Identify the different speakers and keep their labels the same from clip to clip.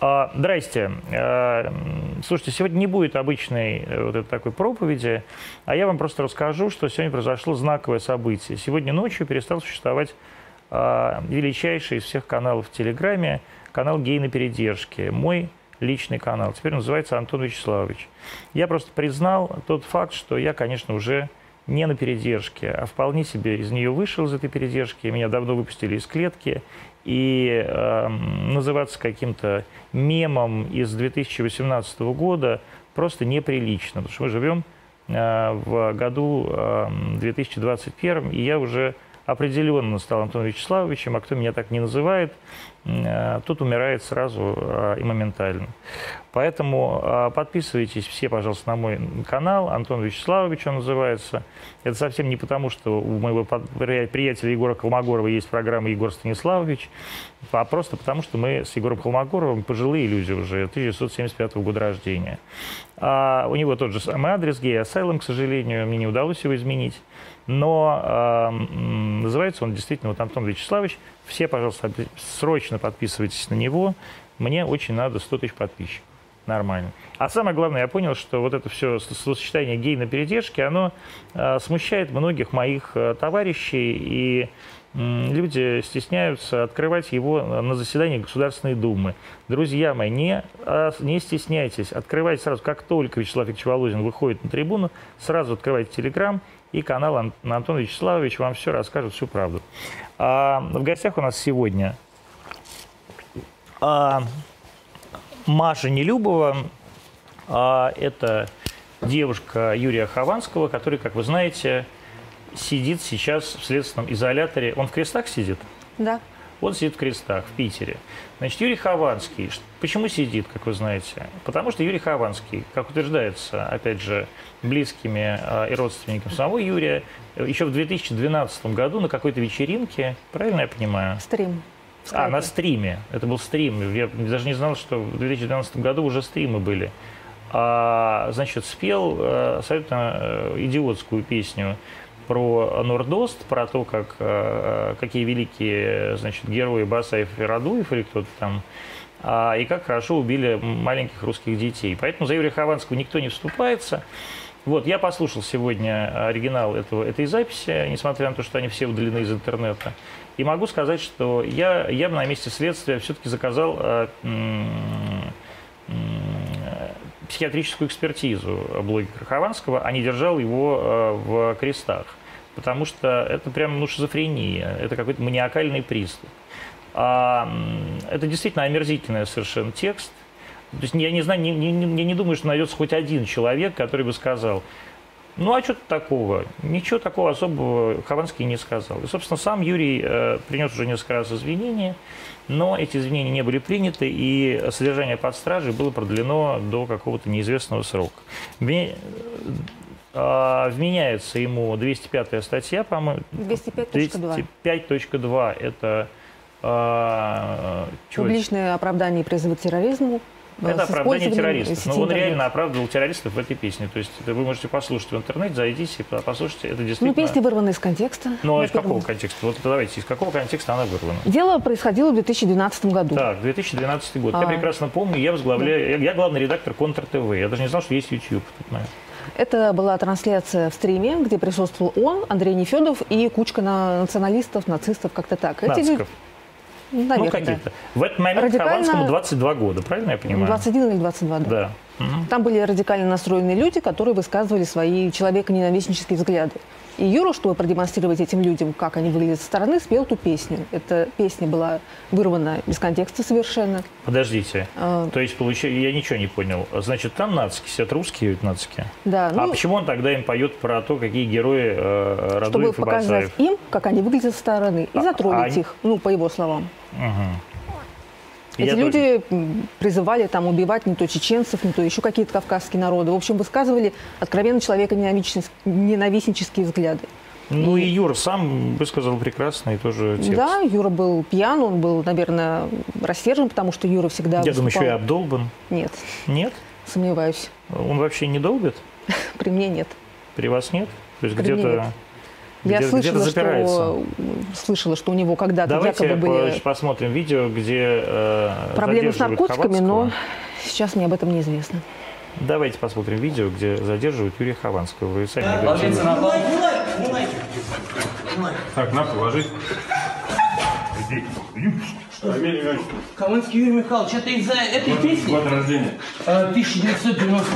Speaker 1: А, Здрасте. А, м, Слушайте, сегодня не будет обычной э, вот этой такой проповеди, а я вам просто расскажу, что сегодня произошло знаковое событие. Сегодня ночью перестал существовать а, величайший из всех каналов в Телеграме, канал «Гей на передержке», мой личный канал. Теперь он называется Антон Вячеславович. Я просто признал тот факт, что я, конечно, уже не на передержке, а вполне себе из нее вышел, из этой передержки. Меня давно выпустили из клетки. И эм, называться каким-то мемом из 2018 года просто неприлично, потому что мы живем э, в году эм, 2021, и я уже определенно стал Антоном Вячеславовичем, а кто меня так не называет, э, тот умирает сразу э, и моментально. Поэтому э, подписывайтесь все, пожалуйста, на мой канал. Антон Вячеславович он называется. Это совсем не потому, что у моего под- при- приятеля Егора Колмогорова есть программа «Егор Станиславович», а просто потому, что мы с Егором Колмогоровым пожилые люди уже, 1975 года рождения. А у него тот же самый адрес, Гей Asylum, к сожалению, мне не удалось его изменить. Но а, м, называется он действительно вот Антон Вячеславович. Все, пожалуйста, обе- срочно подписывайтесь на него. Мне очень надо 100 тысяч подписчиков. Нормально. А самое главное, я понял, что вот это все сочетание гей на передержке, оно э, смущает многих моих э, товарищей, и м, люди стесняются открывать его э, на заседании Государственной Думы. Друзья мои, не, э, не стесняйтесь, открывайте сразу, как только Вячеслав Викторович Володин выходит на трибуну, сразу открывайте Телеграм и канал Ан- Антон Вячеславович вам все расскажет, всю правду. А, в гостях у нас сегодня а, Маша Нелюбова. А, это девушка Юрия Хованского, который, как вы знаете, сидит сейчас в следственном изоляторе. Он в крестах сидит?
Speaker 2: Да.
Speaker 1: Он сидит в крестах в Питере. Значит, Юрий Хованский, ш- почему сидит, как вы знаете? Потому что Юрий Хованский, как утверждается, опять же, близкими а, и родственниками самого Юрия, э, еще в 2012 году на какой-то вечеринке, правильно я понимаю?
Speaker 2: Стрим. в
Speaker 1: А,
Speaker 2: скайпе.
Speaker 1: на стриме. Это был стрим. Я даже не знал, что в 2012 году уже стримы были. А, значит, спел э, абсолютно э, идиотскую песню про Нордост, про то, как, э, какие великие значит, герои Басаев и Радуев или кто-то там, а, и как хорошо убили маленьких русских детей. Поэтому за Юрия Хованского никто не вступается. Вот, я послушал сегодня оригинал этого, этой записи, несмотря на то, что они все удалены из интернета. И могу сказать, что я, я бы на месте следствия все-таки заказал э, м, м, э, психиатрическую экспертизу блогера Хованского, а не держал его э, в крестах. Потому что это прям ну, шизофрения, это какой-то маниакальный приступ. А, м, это действительно омерзительный совершенно текст. То есть я не знаю, не, не- не- я не думаю, что найдется хоть один человек, который бы сказал, ну а что такого? Ничего такого особого Хованский не сказал. И, собственно, сам Юрий э, принес уже несколько раз извинения, но эти извинения не были приняты, и содержание под стражей было продлено до какого-то неизвестного срока. Вме- э, вменяется ему 205-я статья, по-моему,
Speaker 2: 205.2.
Speaker 1: 205.2 это э, чего это?
Speaker 2: Публичное оправдание и призывы к терроризму. э,
Speaker 1: Это
Speaker 2: с
Speaker 1: оправдание
Speaker 2: использованием
Speaker 1: террористов.
Speaker 2: сети
Speaker 1: Но он
Speaker 2: интернет.
Speaker 1: реально оправдывал террористов в этой песне. То есть это вы можете послушать в интернете, зайдите и послушайте. Это действительно...
Speaker 2: Ну, песня вырвана из контекста.
Speaker 1: Но Ну, а из
Speaker 2: во-первых.
Speaker 1: какого контекста? Вот давайте, из какого контекста она вырвана?
Speaker 2: Дело происходило в 2012 году.
Speaker 1: Так, 2012 год. Я
Speaker 2: А.
Speaker 1: прекрасно помню, я возглавляю, я, я главный редактор Контр ТВ. Я даже не знал, что есть YouTube. в тот момент.
Speaker 2: Это была трансляция в стриме, где присутствовал он, Андрей Нефедов и кучка на- националистов, нацистов, как-то так. Эти люди-
Speaker 1: Нациков.
Speaker 2: Наверное,
Speaker 1: ну, какие-то. В этот момент
Speaker 2: Радикально-
Speaker 1: Хованскому 22 года, правильно я
Speaker 2: да.
Speaker 1: понимаю?
Speaker 2: 21 или 22. да.
Speaker 1: Да. Мгм.
Speaker 2: Там были радикально настроенные люди, которые высказывали свои человеконенавистнические взгляды. И Юра, чтобы продемонстрировать этим людям, как они выглядят со стороны, спел эту песню. Эта песня была вырвана без контекста совершенно.
Speaker 1: Подождите.
Speaker 2: А,
Speaker 1: То есть, получи- я ничего не понял. Значит, там нацики, сидят русские ведь нацики.
Speaker 2: да,
Speaker 1: А
Speaker 2: ну,
Speaker 1: почему он тогда им поет про то, какие герои э,
Speaker 2: чтобы
Speaker 1: Радуев и
Speaker 2: показать
Speaker 1: Басаев?
Speaker 2: им, как они выглядят со стороны, и
Speaker 1: А- а
Speaker 2: затроллить
Speaker 1: они-
Speaker 2: их, ну, по его словам.
Speaker 1: Мгм.
Speaker 2: Эти
Speaker 1: Я тоже-
Speaker 2: люди м, призывали там убивать не то чеченцев, не то еще какие-то кавказские народы. В общем, высказывали откровенно человеконенавистнические ненавистнические взгляды.
Speaker 1: Ну и Юр сам высказал прекрасный тоже текст.
Speaker 2: Да, Юра был пьян, он был, наверное, рассержен, потому что Юра всегда
Speaker 1: Я думаю,
Speaker 2: выступал-
Speaker 1: еще и обдолбан.
Speaker 2: Нет,
Speaker 1: Нет?
Speaker 2: сомневаюсь.
Speaker 1: Он вообще не долбит?
Speaker 2: При мне нет.
Speaker 1: При вас нет? То есть
Speaker 2: При мне
Speaker 1: где-то...
Speaker 2: нет. Я
Speaker 1: где-то- где-то
Speaker 2: слышала,
Speaker 1: запирается.
Speaker 2: что слышала, что у него когда-то
Speaker 1: Давайте
Speaker 2: якобы были
Speaker 1: по- посмотрим видео, где э,
Speaker 2: проблемы с
Speaker 1: задерживают
Speaker 2: наркотиками, но
Speaker 1: Хованского.
Speaker 2: сейчас мне об этом неизвестно.
Speaker 1: Давайте посмотрим видео, где задерживают Юрия Хованского. Вы сами не говорите.
Speaker 3: Ложиться на пол.
Speaker 4: Так, на, положи. Иди. Рамиль Иванович,
Speaker 3: Камынский Юрий Михайлович, это из-за этой песни?
Speaker 4: год рождения.
Speaker 3: Э, 1990.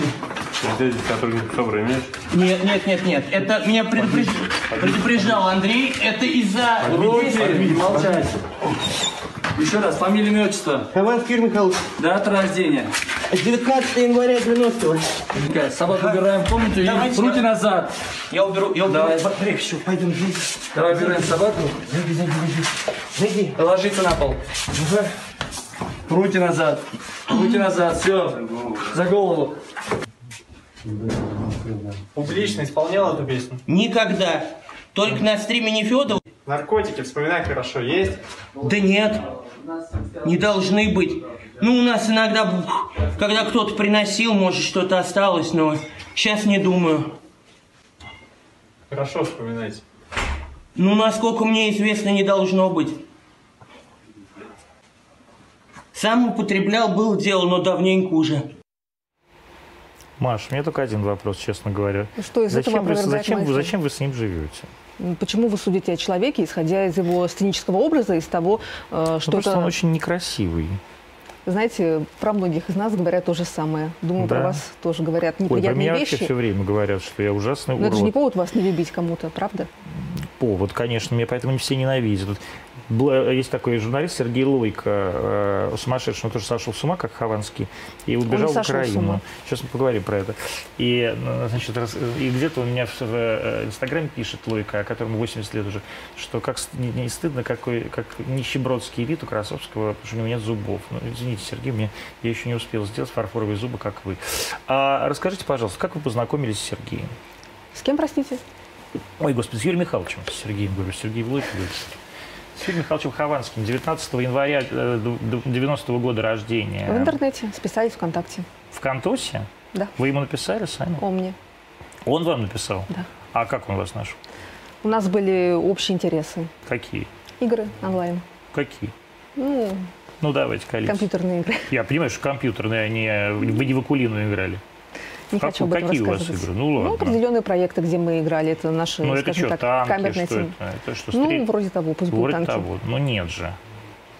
Speaker 4: Дядя, который не собран, имеешь?
Speaker 3: Нет, нет, нет, нет. Это меня предупреж- предупреждал Андрей. Это из-за... вот этой песни.
Speaker 5: Вроде, молчать. Еще раз, фамилия, имя, отчество,
Speaker 6: Хованский Юрий Михайлович,
Speaker 5: дата рождения.
Speaker 6: 19 января 90-го.
Speaker 5: Такая, Собаку убираем в комнату и
Speaker 3: Давайте.
Speaker 5: руки назад.
Speaker 3: Я уберу, я уберу.
Speaker 5: Давай.
Speaker 6: Андрей, еще пойдем, зайди,
Speaker 5: Давай убираем собаку.
Speaker 6: зайди.
Speaker 5: Ложиться на пол. Руки назад. Руки назад, все. За голову.
Speaker 7: Публично исполнял эту песню.
Speaker 3: Никогда. Только на стриме не Федова.
Speaker 7: Наркотики, вспоминай хорошо, есть?
Speaker 3: Да нет, не должны быть. Ну, у нас иногда, б- когда кто-то приносил, может, что-то осталось, но сейчас не думаю.
Speaker 7: Хорошо вспоминайте.
Speaker 3: Ну, насколько мне известно, не должно быть. Сам употреблял, был дело, но давненько уже.
Speaker 1: Маш, у меня только один вопрос, честно говоря.
Speaker 2: Что из
Speaker 1: зачем,
Speaker 2: этого
Speaker 1: вы,
Speaker 2: опровергать
Speaker 1: зачем,
Speaker 2: мои
Speaker 1: вы,
Speaker 2: слова?
Speaker 1: зачем вы с ним живете? Ну,
Speaker 2: Почему вы судите о человеке, исходя из его сценического образа, из того, э,
Speaker 1: Ну, просто он
Speaker 2: что-то...
Speaker 1: очень некрасивый.
Speaker 2: Знаете, про многих из нас говорят то же самое. Думаю,
Speaker 1: Да.
Speaker 2: про вас тоже говорят
Speaker 1: Ой, про
Speaker 2: неприятные
Speaker 1: меня вообще все
Speaker 2: вещи.
Speaker 1: время говорят, что я ужасный
Speaker 2: Но это же не
Speaker 1: урод.
Speaker 2: повод вас не любить кому-то, правда?
Speaker 1: Повод, конечно, меня поэтому все ненавидят. Вот была- Есть такой журналист Сергей Лойко, э, сумасшедший, он тоже сошел с ума, как Хованский, и убежал в
Speaker 2: сошел с
Speaker 1: Украину.
Speaker 2: ума.
Speaker 1: Сейчас мы поговорим про это. И, э, значит, раз- и где-то у меня в, в, э, Инстаграме пишет Лойко, которому 80 лет уже, что как с- не, не стыдно, какой, как нищебродский вид у Красовского, потому что у него нет зубов. Ну, извините, Сергей, мне, я еще не успел сделать фарфоровые зубы, как вы. А расскажите, пожалуйста, как вы познакомились с Сергеем?
Speaker 2: С кем, простите?
Speaker 1: Ой, господи, с Юрием Михайловичем, с Сергеем, говорю, с Сергеем Лойковым. С Юрием Михайловичем Хованским, 19 января э, 90 года рождения.
Speaker 2: В интернете, списались ВКонтакте.
Speaker 1: В Кантосе?
Speaker 2: Да.
Speaker 1: Вы ему написали сами?
Speaker 2: О мне.
Speaker 1: Он вам написал?
Speaker 2: Да.
Speaker 1: А как он вас нашел?
Speaker 2: У нас были общие интересы.
Speaker 1: Какие?
Speaker 2: Игры онлайн.
Speaker 1: Какие?
Speaker 2: Ну,
Speaker 1: Ну, давайте, количество.
Speaker 2: компьютерные игры.
Speaker 1: Я понимаю, что компьютерные, а не вы не в акулину играли.
Speaker 2: Не
Speaker 1: Как-
Speaker 2: хочу об этом
Speaker 1: какие у вас
Speaker 2: рассказывать.
Speaker 1: игры? Ну, ладно.
Speaker 2: определенные проекты, где мы играли. Это наши,
Speaker 1: ну, это
Speaker 2: скажем
Speaker 1: что,
Speaker 2: так,
Speaker 1: танки,
Speaker 2: камерные
Speaker 1: что
Speaker 2: темы.
Speaker 1: это? Это что,
Speaker 2: Ну,
Speaker 1: стрель-
Speaker 2: вроде того, пусть будут
Speaker 1: Вроде
Speaker 2: танки.
Speaker 1: того. Ну, нет же.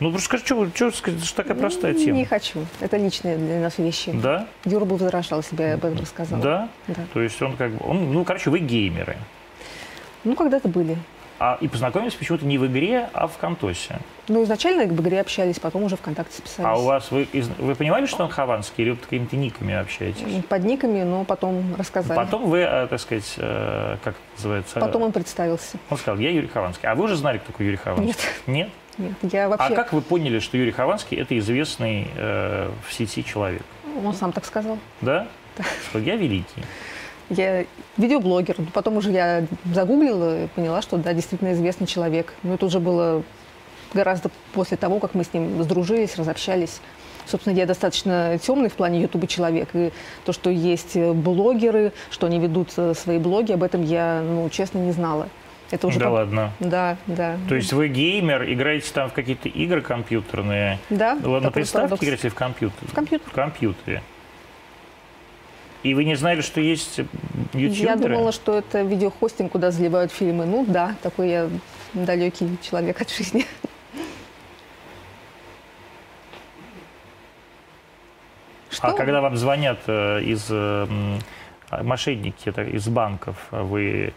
Speaker 1: Ну, просто скажи, что, что такая простая
Speaker 2: Ну,
Speaker 1: тема?
Speaker 2: Не хочу. Это личные для нас вещи.
Speaker 1: Да?
Speaker 2: Юра бы возражал, если бы я об этом рассказала.
Speaker 1: Да?
Speaker 2: Да.
Speaker 1: То есть он как бы... Он, ну, короче, вы геймеры.
Speaker 2: Ну, когда-то были.
Speaker 1: А, и познакомились почему-то не в игре, а в Контосе.
Speaker 2: Ну, изначально как бы игре общались, потом уже ВКонтакте списались.
Speaker 1: А у вас вы, из- вы понимали, что он хованский, или вы под какими-то никами общаетесь?
Speaker 2: Под никами, но потом рассказали.
Speaker 1: Потом вы, а, так сказать, э, как это называется?
Speaker 2: Потом он представился.
Speaker 1: Он сказал, я Юрий Хованский. А вы уже знали, кто такой Юрий Хованский?
Speaker 2: Нет.
Speaker 1: Нет?
Speaker 2: Нет, я
Speaker 1: А
Speaker 2: вообще...
Speaker 1: как вы поняли, что Юрий Хованский – это известный э, в сети человек?
Speaker 2: Он сам так сказал.
Speaker 1: Да? Что я великий.
Speaker 2: Я видеоблогер. Потом уже я загуглила и поняла, что да, действительно известный человек. Но это уже было гораздо после того, как мы с ним сдружились, разобщались. Собственно, я достаточно темный в плане Ютуба человек. И то, что есть э, блогеры, что они ведут э, свои блоги, об этом я, ну, честно, не знала. Это уже...
Speaker 1: да
Speaker 2: пом-
Speaker 1: ладно.
Speaker 2: Да, да.
Speaker 1: То есть вы геймер, играете там в какие-то игры компьютерные,
Speaker 2: Да.
Speaker 1: Ну, Ладно,
Speaker 2: такой
Speaker 1: представьте,
Speaker 2: парадокс.
Speaker 1: играете в компьютер. В
Speaker 2: компьютер.
Speaker 1: В компьютере. И вы не знали, что есть
Speaker 2: Я
Speaker 1: ютуберы?
Speaker 2: думала, что это видеохостинг, куда заливают фильмы. Ну да, такой я далекий человек от жизни. Что?
Speaker 1: А когда вам звонят э, из э, м, а, мошенники это из банков, а вы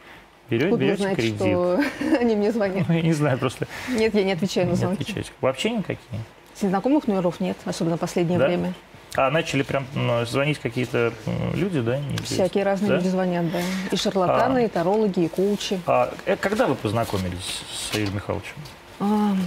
Speaker 1: берете,
Speaker 2: Откуда вы
Speaker 1: берете
Speaker 2: знаете,
Speaker 1: кредит?
Speaker 2: что они мне звонят?
Speaker 1: Ну, я не знаю, просто
Speaker 2: Нет, я не отвечаю на
Speaker 1: не
Speaker 2: звонки.
Speaker 1: отвечаете. Вообще никакие?
Speaker 2: С незнакомых номеров нет, особенно в последнее
Speaker 1: Да?
Speaker 2: время.
Speaker 1: А начали прям ну, звонить какие-то м, люди, да? неизвестные?
Speaker 2: Всякие разные
Speaker 1: Да?
Speaker 2: люди звонят, да. И шарлатаны,
Speaker 1: А.
Speaker 2: и тарологи, и коучи.
Speaker 1: А, э, когда вы познакомились с Юрием Михайловичем?
Speaker 2: А, м,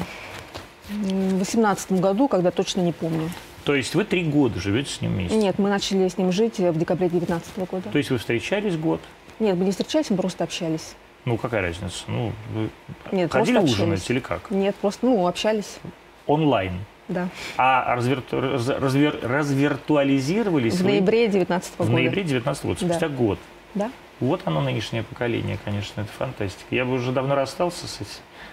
Speaker 2: В восемнадцатом году, когда точно не помню.
Speaker 1: То есть вы три года живете с ним вместе?
Speaker 2: Нет, мы начали с ним жить э, в декабре 19 года.
Speaker 1: То есть вы встречались год?
Speaker 2: Нет, мы не встречались, мы просто общались.
Speaker 1: Ну, какая разница? Ну, вы
Speaker 2: Нет,
Speaker 1: ходили
Speaker 2: просто
Speaker 1: ужинать
Speaker 2: общались.
Speaker 1: или как?
Speaker 2: Нет, просто, ну, общались,
Speaker 1: Онлайн.
Speaker 2: да.
Speaker 1: А развирту- раз- развир- развиртуализировались
Speaker 2: В
Speaker 1: вы
Speaker 2: ноябре 19
Speaker 1: в
Speaker 2: года.
Speaker 1: ноябре 19 года,
Speaker 2: Да.
Speaker 1: спустя год.
Speaker 2: Да.
Speaker 1: Вот оно нынешнее поколение, конечно, это фантастика. Я бы уже давно расстался с этим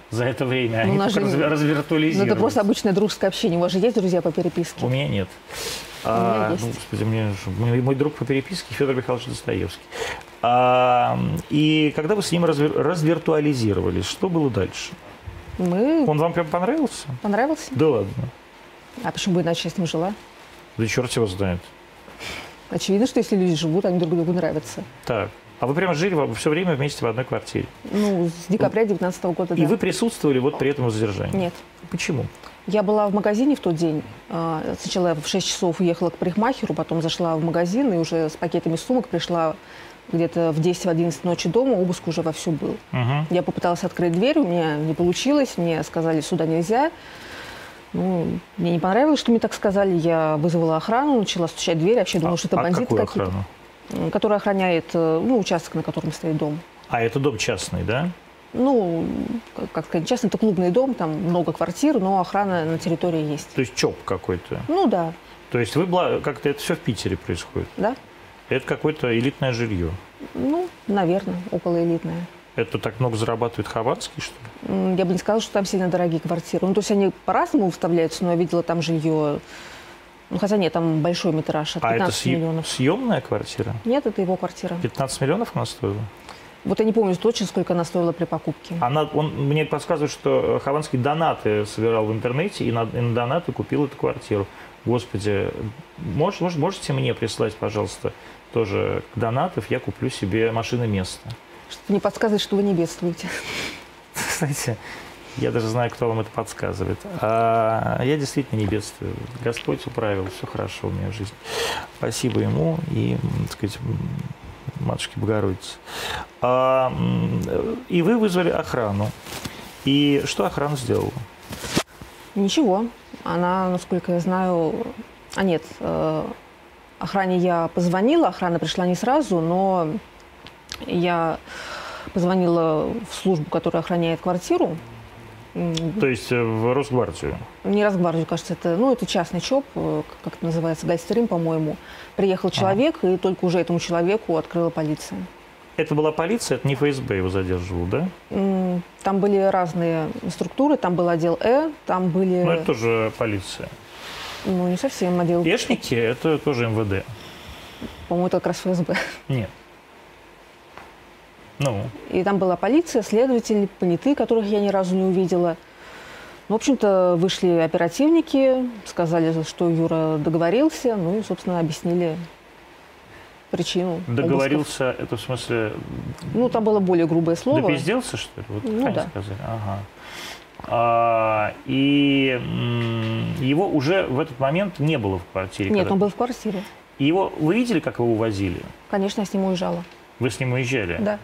Speaker 1: за это время. а Они
Speaker 2: у нас
Speaker 1: только
Speaker 2: же
Speaker 1: разв-
Speaker 2: не- Ну,
Speaker 1: развиртуализировались.
Speaker 2: это просто обычное дружеское общение. У вас же есть друзья по переписке?
Speaker 1: У меня нет.
Speaker 2: меня
Speaker 1: А,
Speaker 2: есть.
Speaker 1: ну, господи, мне ж- мой, мой друг по переписке Федор Михайлович Достоевский. А, и когда вы с ним развир- развиртуализировались, что было дальше?
Speaker 2: Мы...
Speaker 1: Он вам прям понравился?
Speaker 2: Понравился?
Speaker 1: Да ладно.
Speaker 2: А почему бы иначе я с ним жила?
Speaker 1: Да черт его знает.
Speaker 2: Очевидно, что если люди живут, они друг другу нравятся.
Speaker 1: Так. А вы прямо жили все время вместе в одной квартире.
Speaker 2: Ну, с декабря 19 года, да.
Speaker 1: И вы присутствовали вот при этом задержании?
Speaker 2: Нет.
Speaker 1: Почему?
Speaker 2: Я была в магазине в тот день. А, Сначала я в 6 часов уехала к парикмахеру, потом зашла в магазин и уже с пакетами сумок пришла где-то в 10-11 ночи дома, обыск уже вовсю был.
Speaker 1: Мгм.
Speaker 2: Я попыталась открыть дверь, у меня не получилось, мне сказали, сюда нельзя. Ну, мне не понравилось, что мне так сказали. Я вызвала охрану, начала стучать в дверь, Я вообще думала, что Ну, это
Speaker 1: а
Speaker 2: бандиты
Speaker 1: какую
Speaker 2: какие-то,
Speaker 1: охрану?
Speaker 2: м, который охраняет э, ну, участок, на котором стоит дом.
Speaker 1: А это дом частный, да?
Speaker 2: Ну, как- как сказать, честно, это клубный дом, там много квартир, но охрана на территории есть.
Speaker 1: То есть ЧОП какой-то.
Speaker 2: Ну да,
Speaker 1: То есть вы бла- как-то это все в Питере происходит.
Speaker 2: да.
Speaker 1: Это какое-то элитное жилье.
Speaker 2: Ну, наверное, около элитная.
Speaker 1: Это так много зарабатывает Хабаровский, что ли?
Speaker 2: М, Я бы не сказала, что там сильно дорогие квартиры. Ну, то есть они по-разному выставляются, но я видела там жилье... Ну, хотя нет, там большой метраж, от
Speaker 1: А
Speaker 2: 15
Speaker 1: это съе-
Speaker 2: миллионов.
Speaker 1: съемная квартира?
Speaker 2: Нет, это его квартира.
Speaker 1: 15 миллионов она стоила?
Speaker 2: Вот я не помню точно, сколько она стоила при покупке.
Speaker 1: Она, он мне подсказывает, что э, Хованский донаты собирал в интернете и на, и на донаты купил эту квартиру. Господи, мож- мож- можете мне прислать, пожалуйста, тоже донатов, я куплю себе машины место.
Speaker 2: Что-то не подсказывает, что вы не бедствуете.
Speaker 1: Знаете, я даже знаю, кто вам это подсказывает. А, я действительно не бедствую. Господь управил, все хорошо у меня в жизни. Спасибо ему и, м, так сказать, м, матушке Богородице. А, м, э, и вы вызвали охрану. И что охрана сделала?
Speaker 2: Ничего. Она, насколько я знаю... А нет, э, охране я позвонила, охрана пришла не сразу, но я позвонила в службу, которая охраняет квартиру. М,
Speaker 1: То есть э, в Росгвардию.
Speaker 2: Не Росгвардию, кажется, это, ну, это частный ЧОП, э, как это называется, гайстерим, по-моему. Приехал человек, и только уже этому человеку открыла полиция.
Speaker 1: Это была полиция, это не ФСБ его задерживал, да?
Speaker 2: М, Там были разные структуры, там был отдел Э, там были,
Speaker 1: Но Ну, это тоже полиция.
Speaker 2: ну, не совсем отдел,
Speaker 1: Пешники – это тоже МВД.
Speaker 2: по-моему, это как раз ФСБ.
Speaker 1: Нет. Ну,
Speaker 2: И там была полиция, следователи, понятые, которых я ни разу не увидела. Ну, В общем-то, вышли оперативники, сказали, что Юра договорился, ну и, собственно, объяснили причину. обысков.
Speaker 1: договорился, это в смысле
Speaker 2: Ну, там было более грубое слово.
Speaker 1: Допизделся, что ли? Вот
Speaker 2: Ну
Speaker 1: так они
Speaker 2: да.
Speaker 1: сказали. Ага. А, и м, его уже в этот момент не было в квартире.
Speaker 2: Нет,
Speaker 1: когда-
Speaker 2: он был в квартире.
Speaker 1: И Его вы видели, как его увозили?
Speaker 2: Конечно, я с ним уезжала.
Speaker 1: Вы с ним уезжали?
Speaker 2: Да.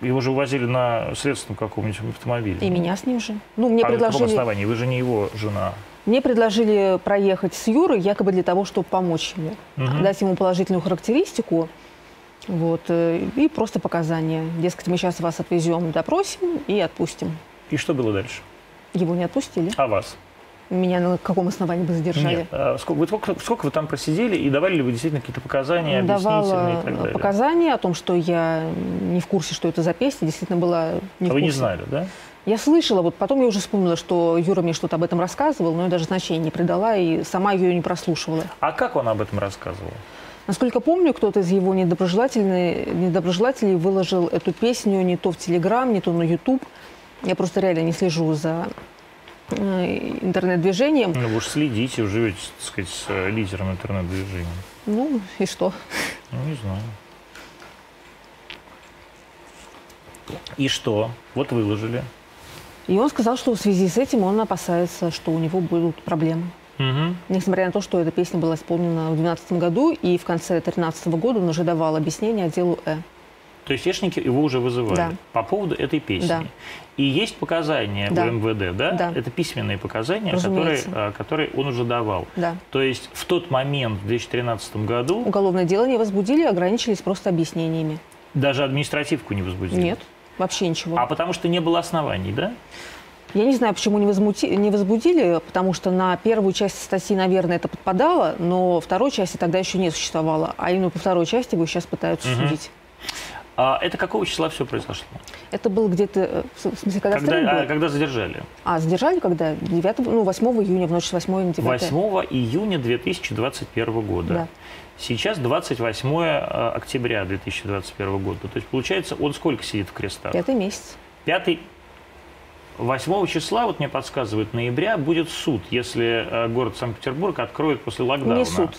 Speaker 1: Его же увозили на средственном каком-нибудь автомобиле.
Speaker 2: И меня с ним же. Ну, мне
Speaker 1: а на каком
Speaker 2: предложили,
Speaker 1: основании? Вы же не его жена.
Speaker 2: мне предложили проехать с Юрой якобы для того, чтобы помочь ему.
Speaker 1: Мгм.
Speaker 2: дать ему положительную характеристику, вот, э, и просто показания. Дескать, мы сейчас вас отвезем, допросим и отпустим.
Speaker 1: И что было дальше?
Speaker 2: Его не отпустили.
Speaker 1: А вас?
Speaker 2: Меня на каком основании бы задержали?
Speaker 1: Нет. А сколько, вы, сколько, сколько вы там просидели и давали ли вы действительно какие-то показания, объяснительные
Speaker 2: Давала
Speaker 1: и так
Speaker 2: э,
Speaker 1: далее?
Speaker 2: показания о том, что я не в курсе, что это за песня. Действительно, была не в
Speaker 1: А вы не
Speaker 2: курсе.
Speaker 1: знали, да?
Speaker 2: Я слышала, вот потом я уже вспомнила, что Юра мне что-то об этом рассказывал, но я даже значения не придала и сама ее не прослушивала.
Speaker 1: А как он об этом рассказывал?
Speaker 2: Насколько помню, кто-то из его недоброжелательный- недоброжелателей выложил эту песню не то в Телеграм, не то на Ютуб. Я просто реально не слежу за э, интернет-движением.
Speaker 1: Ну, вы же следите, вы живете, так сказать, с э, лидером интернет-движения.
Speaker 2: Ну и что?
Speaker 1: Ну, не знаю. И что? Вот выложили.
Speaker 2: И он сказал, что в связи с этим он опасается, что у него будут проблемы. Несмотря на то, что эта песня была исполнена в 2012 году, и в конце 2013 года он уже давал объяснение отделу «Э».
Speaker 1: То есть фешники его уже вызывали
Speaker 2: Да.
Speaker 1: по поводу этой песни.
Speaker 2: Да.
Speaker 1: И есть показания
Speaker 2: Да.
Speaker 1: у МВД, да?
Speaker 2: Да.
Speaker 1: Это письменные показания, которые,
Speaker 2: Разумеется.
Speaker 1: э, которые он уже давал.
Speaker 2: Да.
Speaker 1: То есть в тот момент, в 2013 году,
Speaker 2: Уголовное дело не возбудили, ограничились просто объяснениями.
Speaker 1: даже административку не возбудили?
Speaker 2: Нет, вообще ничего.
Speaker 1: А потому что не было оснований, да?
Speaker 2: Я не знаю, почему не, возмути- не возбудили, потому что на первую часть статьи, наверное, это подпадало, но второй части тогда еще не существовало, а именно по второй части его сейчас пытаются
Speaker 1: Мгм.
Speaker 2: судить.
Speaker 1: А это какого числа все произошло?
Speaker 2: Это было где-то, э, в смысле, когда,
Speaker 1: Когда,
Speaker 2: расстрел был?
Speaker 1: а, когда задержали?
Speaker 2: А, задержали когда? 9, ну, 8 июня, в ночь с 8 на 9.
Speaker 1: 8 июня 2021 года.
Speaker 2: Да.
Speaker 1: Сейчас 28 э, октября 2021 года. То есть, получается, он сколько сидит в крестах?
Speaker 2: Пятый месяц.
Speaker 1: Пятый. 8 числа, вот мне подсказывают, ноября будет суд, если э, город Санкт-Петербург откроет после локдауна.
Speaker 2: Не суд.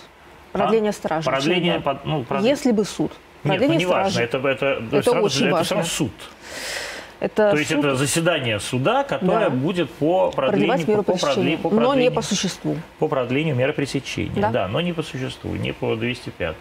Speaker 2: Продление стражи.
Speaker 1: А? Продление,
Speaker 2: очевидно.
Speaker 1: под- ну, прод-
Speaker 2: Если бы суд.
Speaker 1: Нет, ну
Speaker 2: Продление
Speaker 1: не важно,
Speaker 2: стражи.
Speaker 1: это, это,
Speaker 2: Это
Speaker 1: сразу
Speaker 2: очень
Speaker 1: же- это
Speaker 2: важно.
Speaker 1: сразу суд.
Speaker 2: Это
Speaker 1: То есть
Speaker 2: суд
Speaker 1: это заседание суда, которое
Speaker 2: Да.
Speaker 1: будет по продлению,
Speaker 2: продлевать меру
Speaker 1: по,
Speaker 2: пресечения,
Speaker 1: продлению, по,
Speaker 2: но не
Speaker 1: продлению-
Speaker 2: по существу.
Speaker 1: по продлению меры пресечения. Да.
Speaker 2: Да.
Speaker 1: но не по существу, не по 205.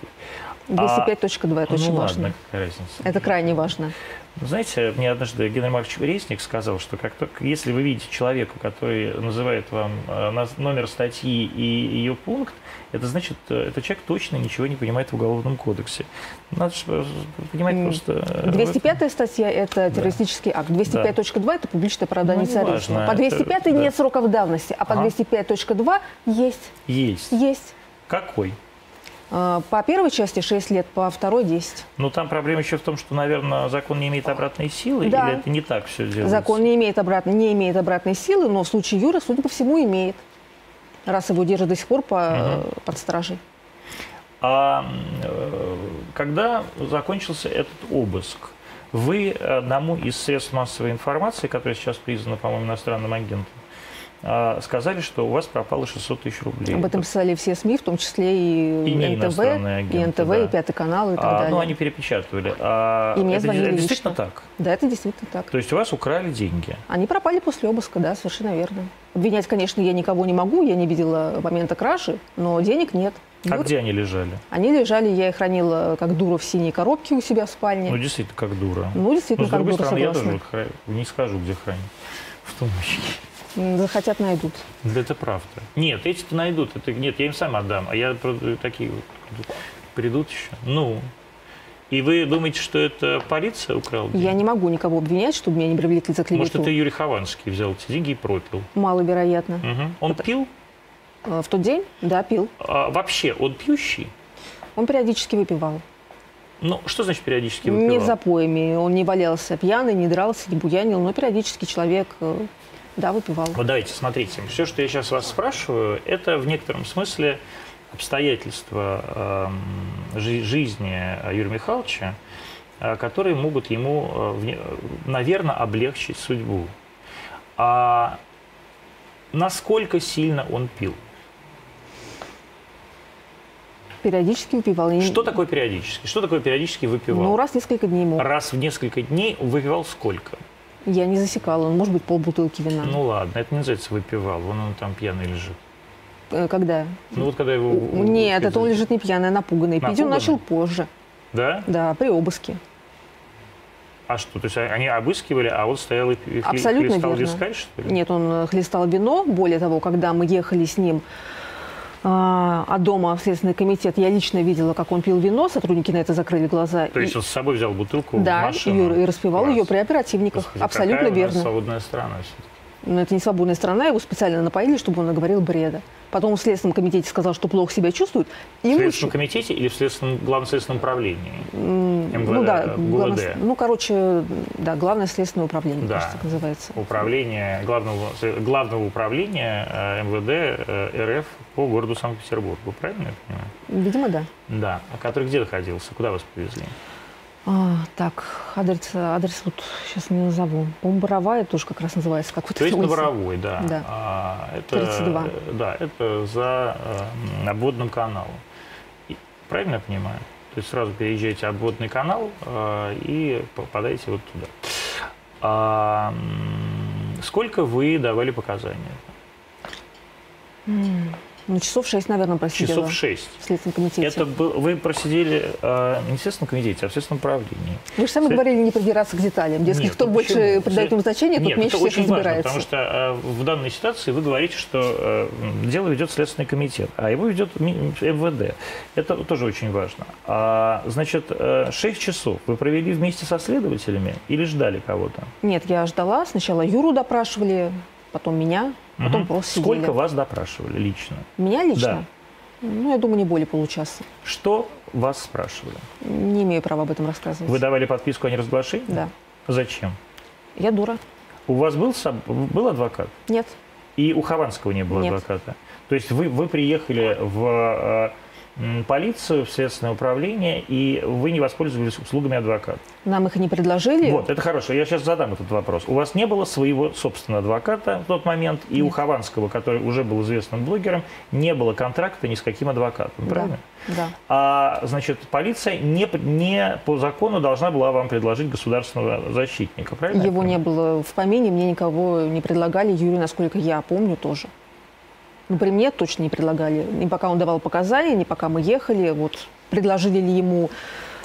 Speaker 2: 205.2, это
Speaker 1: А, ну
Speaker 2: очень
Speaker 1: ладно,
Speaker 2: важно.
Speaker 1: какая разница. Ну,
Speaker 2: Это крайне важно.
Speaker 1: Знаете, мне однажды Геннадий Маркович Резник сказал, что как только, если вы видите человека, который называет вам э, наз- номер статьи и ее пункт, это значит, э, этот человек точно ничего не понимает в Уголовном кодексе. Надо же, э, понимать
Speaker 2: М,
Speaker 1: просто... э, в этом.
Speaker 2: 205 статья – это террористический акт. 205.2 – это публичная
Speaker 1: Ну,
Speaker 2: продажа
Speaker 1: не
Speaker 2: царевичного.
Speaker 1: важно,
Speaker 2: По
Speaker 1: это-
Speaker 2: 205
Speaker 1: да.
Speaker 2: нет сроков давности, а по
Speaker 1: Ага.
Speaker 2: 205.2 есть.
Speaker 1: Есть.
Speaker 2: Есть.
Speaker 1: Какой?
Speaker 2: А, По первой части 6 лет, по второй 10.
Speaker 1: Ну, там проблема еще в том, что, наверное, закон не имеет обратной силы,
Speaker 2: Да.
Speaker 1: или это не так все делается?
Speaker 2: Закон не имеет, обратно, не имеет обратной силы, но в случае Юры, судя по всему, имеет. Раз его держат до сих пор по, э, под стражей.
Speaker 1: А э, когда закончился этот обыск, вы одному из средств массовой информации, которое сейчас признано, по-моему, иностранным агентом, а, сказали, что у вас пропало 600 тысяч рублей. А,
Speaker 2: Об этом писали все СМИ, в том числе и,
Speaker 1: И не
Speaker 2: НТВ,
Speaker 1: иностранные
Speaker 2: и
Speaker 1: агенты,
Speaker 2: НТВ,
Speaker 1: да.
Speaker 2: и Пятый канал, и так
Speaker 1: А,
Speaker 2: далее.
Speaker 1: ну, они перепечатывали. А
Speaker 2: И мне
Speaker 1: это,
Speaker 2: звонили
Speaker 1: это действительно
Speaker 2: лично.
Speaker 1: так?
Speaker 2: Да, это действительно так.
Speaker 1: То есть у вас украли деньги?
Speaker 2: Они пропали после обыска, да, совершенно верно. Обвинять, конечно, я никого не могу, я не видела момента кражи, но денег нет.
Speaker 1: А
Speaker 2: Юр-
Speaker 1: где они лежали?
Speaker 2: Они лежали, я их хранила как дура в синей коробке у себя в спальне.
Speaker 1: Ну, действительно, как дура.
Speaker 2: Ну,
Speaker 1: Ну,
Speaker 2: действительно,
Speaker 1: с
Speaker 2: как
Speaker 1: другой
Speaker 2: дура,
Speaker 1: стороны, я тоже
Speaker 2: согласна.
Speaker 1: вот хра- не скажу, где храню. В том ящике.
Speaker 2: М, Захотят, найдут.
Speaker 1: Да это правда. Нет, эти-то найдут. Это, нет, я им сам отдам. А я правда, такие вот придут- придут еще. Ну, и вы думаете, что это полиция украла? деньги?
Speaker 2: Я не могу никого обвинять, чтобы меня не привлекли за
Speaker 1: Может,
Speaker 2: клевету.
Speaker 1: это Юрий Хованский взял эти деньги и пропил.
Speaker 2: Маловероятно.
Speaker 1: Мгм. Он пил?
Speaker 2: Э, В тот день, да, пил.
Speaker 1: А, вообще, он пьющий?
Speaker 2: Он периодически выпивал.
Speaker 1: Ну, что значит периодически выпивал?
Speaker 2: Не запоями. Он не валялся пьяный, не дрался, не буянил, но периодически человек, э, да, выпивал.
Speaker 1: Вот давайте, смотрите, все, что я сейчас вас спрашиваю, это в некотором смысле обстоятельства эм, жи- жизни э, Юрия Михайловича, э, которые могут ему, э, наверное, облегчить судьбу. А насколько сильно он пил?
Speaker 2: Периодически выпивал. Я не-
Speaker 1: Что такое периодически? Что такое периодически выпивал?
Speaker 2: Ну, раз в несколько дней мог.
Speaker 1: Раз в несколько дней выпивал сколько?
Speaker 2: Я не засекала, ну, может быть, полбутылки вина.
Speaker 1: Ну ладно, это не называется выпивал, вон он там пьяный лежит.
Speaker 2: Э, Когда?
Speaker 1: Ну вот когда его...
Speaker 2: Нет, это он лежит не пьяный, а напуганный. Пить он
Speaker 1: Напуганный?
Speaker 2: начал позже,
Speaker 1: Да?
Speaker 2: да, при обыске.
Speaker 1: А что, то есть они обыскивали, а он стоял и хли-
Speaker 2: Абсолютно
Speaker 1: хлестал
Speaker 2: верно.
Speaker 1: вискарь, что ли?
Speaker 2: Нет, он э, хлестал вино. Более того, когда мы ехали с ним а, от дома в Следственный комитет, я лично видела, как он пил вино, сотрудники на это закрыли глаза.
Speaker 1: То есть
Speaker 2: И-
Speaker 1: он с собой взял бутылку в
Speaker 2: да,
Speaker 1: машину?
Speaker 2: Юра, и распивал
Speaker 1: Класс.
Speaker 2: ее при оперативниках.
Speaker 1: Господи,
Speaker 2: Абсолютно
Speaker 1: какая у нас
Speaker 2: верно.
Speaker 1: свободная страна всё-таки.
Speaker 2: Но это не свободная страна, его специально напоили, чтобы он наговорил бреда. Потом в Следственном комитете сказал, что плохо себя чувствует. И
Speaker 1: В
Speaker 2: вышел.
Speaker 1: Следственном комитете или в Следственном, Главном следственном управлении? МВД, э,
Speaker 2: ну да,
Speaker 1: ГУВД.
Speaker 2: главное- ну короче, да, главное следственное управление,
Speaker 1: Да.
Speaker 2: кажется, так называется.
Speaker 1: Управление главного, главного управления э, МВД э, РФ по городу Санкт-Петербургу, правильно я понимаю?
Speaker 2: Видимо, да.
Speaker 1: Да. А который где находился? Куда вас повезли?
Speaker 2: А, так, адрес, адрес вот сейчас не назову. По-моему, Боровая тоже как раз называется. Как вот
Speaker 1: То есть
Speaker 2: эта
Speaker 1: на
Speaker 2: улица.
Speaker 1: Боровой, да.
Speaker 2: Да.
Speaker 1: А, это,
Speaker 2: 32.
Speaker 1: Да, это за э, обводным каналом. И- правильно я понимаю? То есть сразу переезжаете обводный канал э, и попадаете вот туда. А, м, сколько вы давали показания?
Speaker 2: Ну, часов шесть, наверное, просидела.
Speaker 1: Часов шесть.
Speaker 2: В Следственном комитете.
Speaker 1: Это был, вы просидели э, не в Следственном комитете, а в Следственном управлении.
Speaker 2: Вы же сами
Speaker 1: След-
Speaker 2: говорили не придираться к деталям. Дескать,
Speaker 1: Нет,
Speaker 2: кто
Speaker 1: ну
Speaker 2: больше
Speaker 1: почему?
Speaker 2: придает им значение, тот
Speaker 1: Нет,
Speaker 2: меньше
Speaker 1: это
Speaker 2: всех
Speaker 1: очень важно,
Speaker 2: разбирается.
Speaker 1: потому что э, в данной ситуации вы говорите, что э, дело ведет Следственный комитет, а его ведет ми- МВД. Это тоже очень важно. А, значит, 6 часов вы провели вместе со следователями или ждали кого-то?
Speaker 2: Нет, я ждала. Сначала Юру допрашивали, потом меня, потом
Speaker 1: Мгм.
Speaker 2: просто сидели.
Speaker 1: Сколько вас допрашивали лично?
Speaker 2: Меня лично? Ну, я думаю, не более получаса.
Speaker 1: Что вас спрашивали?
Speaker 2: Не имею права об этом рассказывать.
Speaker 1: Вы давали подписку о неразглашении?
Speaker 2: Да.
Speaker 1: Зачем?
Speaker 2: Я дура.
Speaker 1: У вас был, соб- был адвокат?
Speaker 2: Нет.
Speaker 1: И у Хованского не было
Speaker 2: Нет.
Speaker 1: адвоката. То есть вы, вы приехали в э, м, полицию, в следственное управление, и вы не воспользовались услугами адвоката.
Speaker 2: Нам их не предложили.
Speaker 1: Вот, это хорошо. Я сейчас задам этот вопрос. У вас не было своего собственного адвоката в тот момент, и у Хованского, который уже был известным блогером, не было контракта ни с каким адвокатом, правильно?
Speaker 2: Да.
Speaker 1: А, значит, полиция не, п- не по закону должна была вам предложить государственного защитника, правильно? я
Speaker 2: Его не
Speaker 1: понимаю?
Speaker 2: было в помине, мне никого не предлагали. Юрию, насколько я помню, тоже. Ну, при мне точно не предлагали. Ни пока он давал показания, ни пока мы ехали. Вот предложили ли ему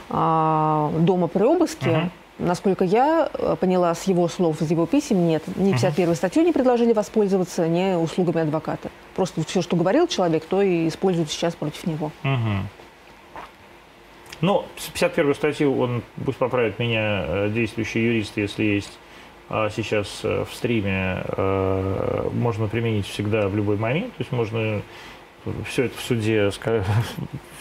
Speaker 2: а, дома при обыске.
Speaker 1: Мгм.
Speaker 2: Насколько я э, поняла с его слов, из его писем, нет. Ни 51 статью не предложили воспользоваться, ни услугами адвоката. Просто все, что говорил человек, то и используют сейчас против него.
Speaker 1: Мгм. Ну, 51 статью, он, пусть поправит меня, э, действующий юрист, если есть а, сейчас э, в стриме, э, можно применить всегда в любой момент. То есть можно все это в суде ска-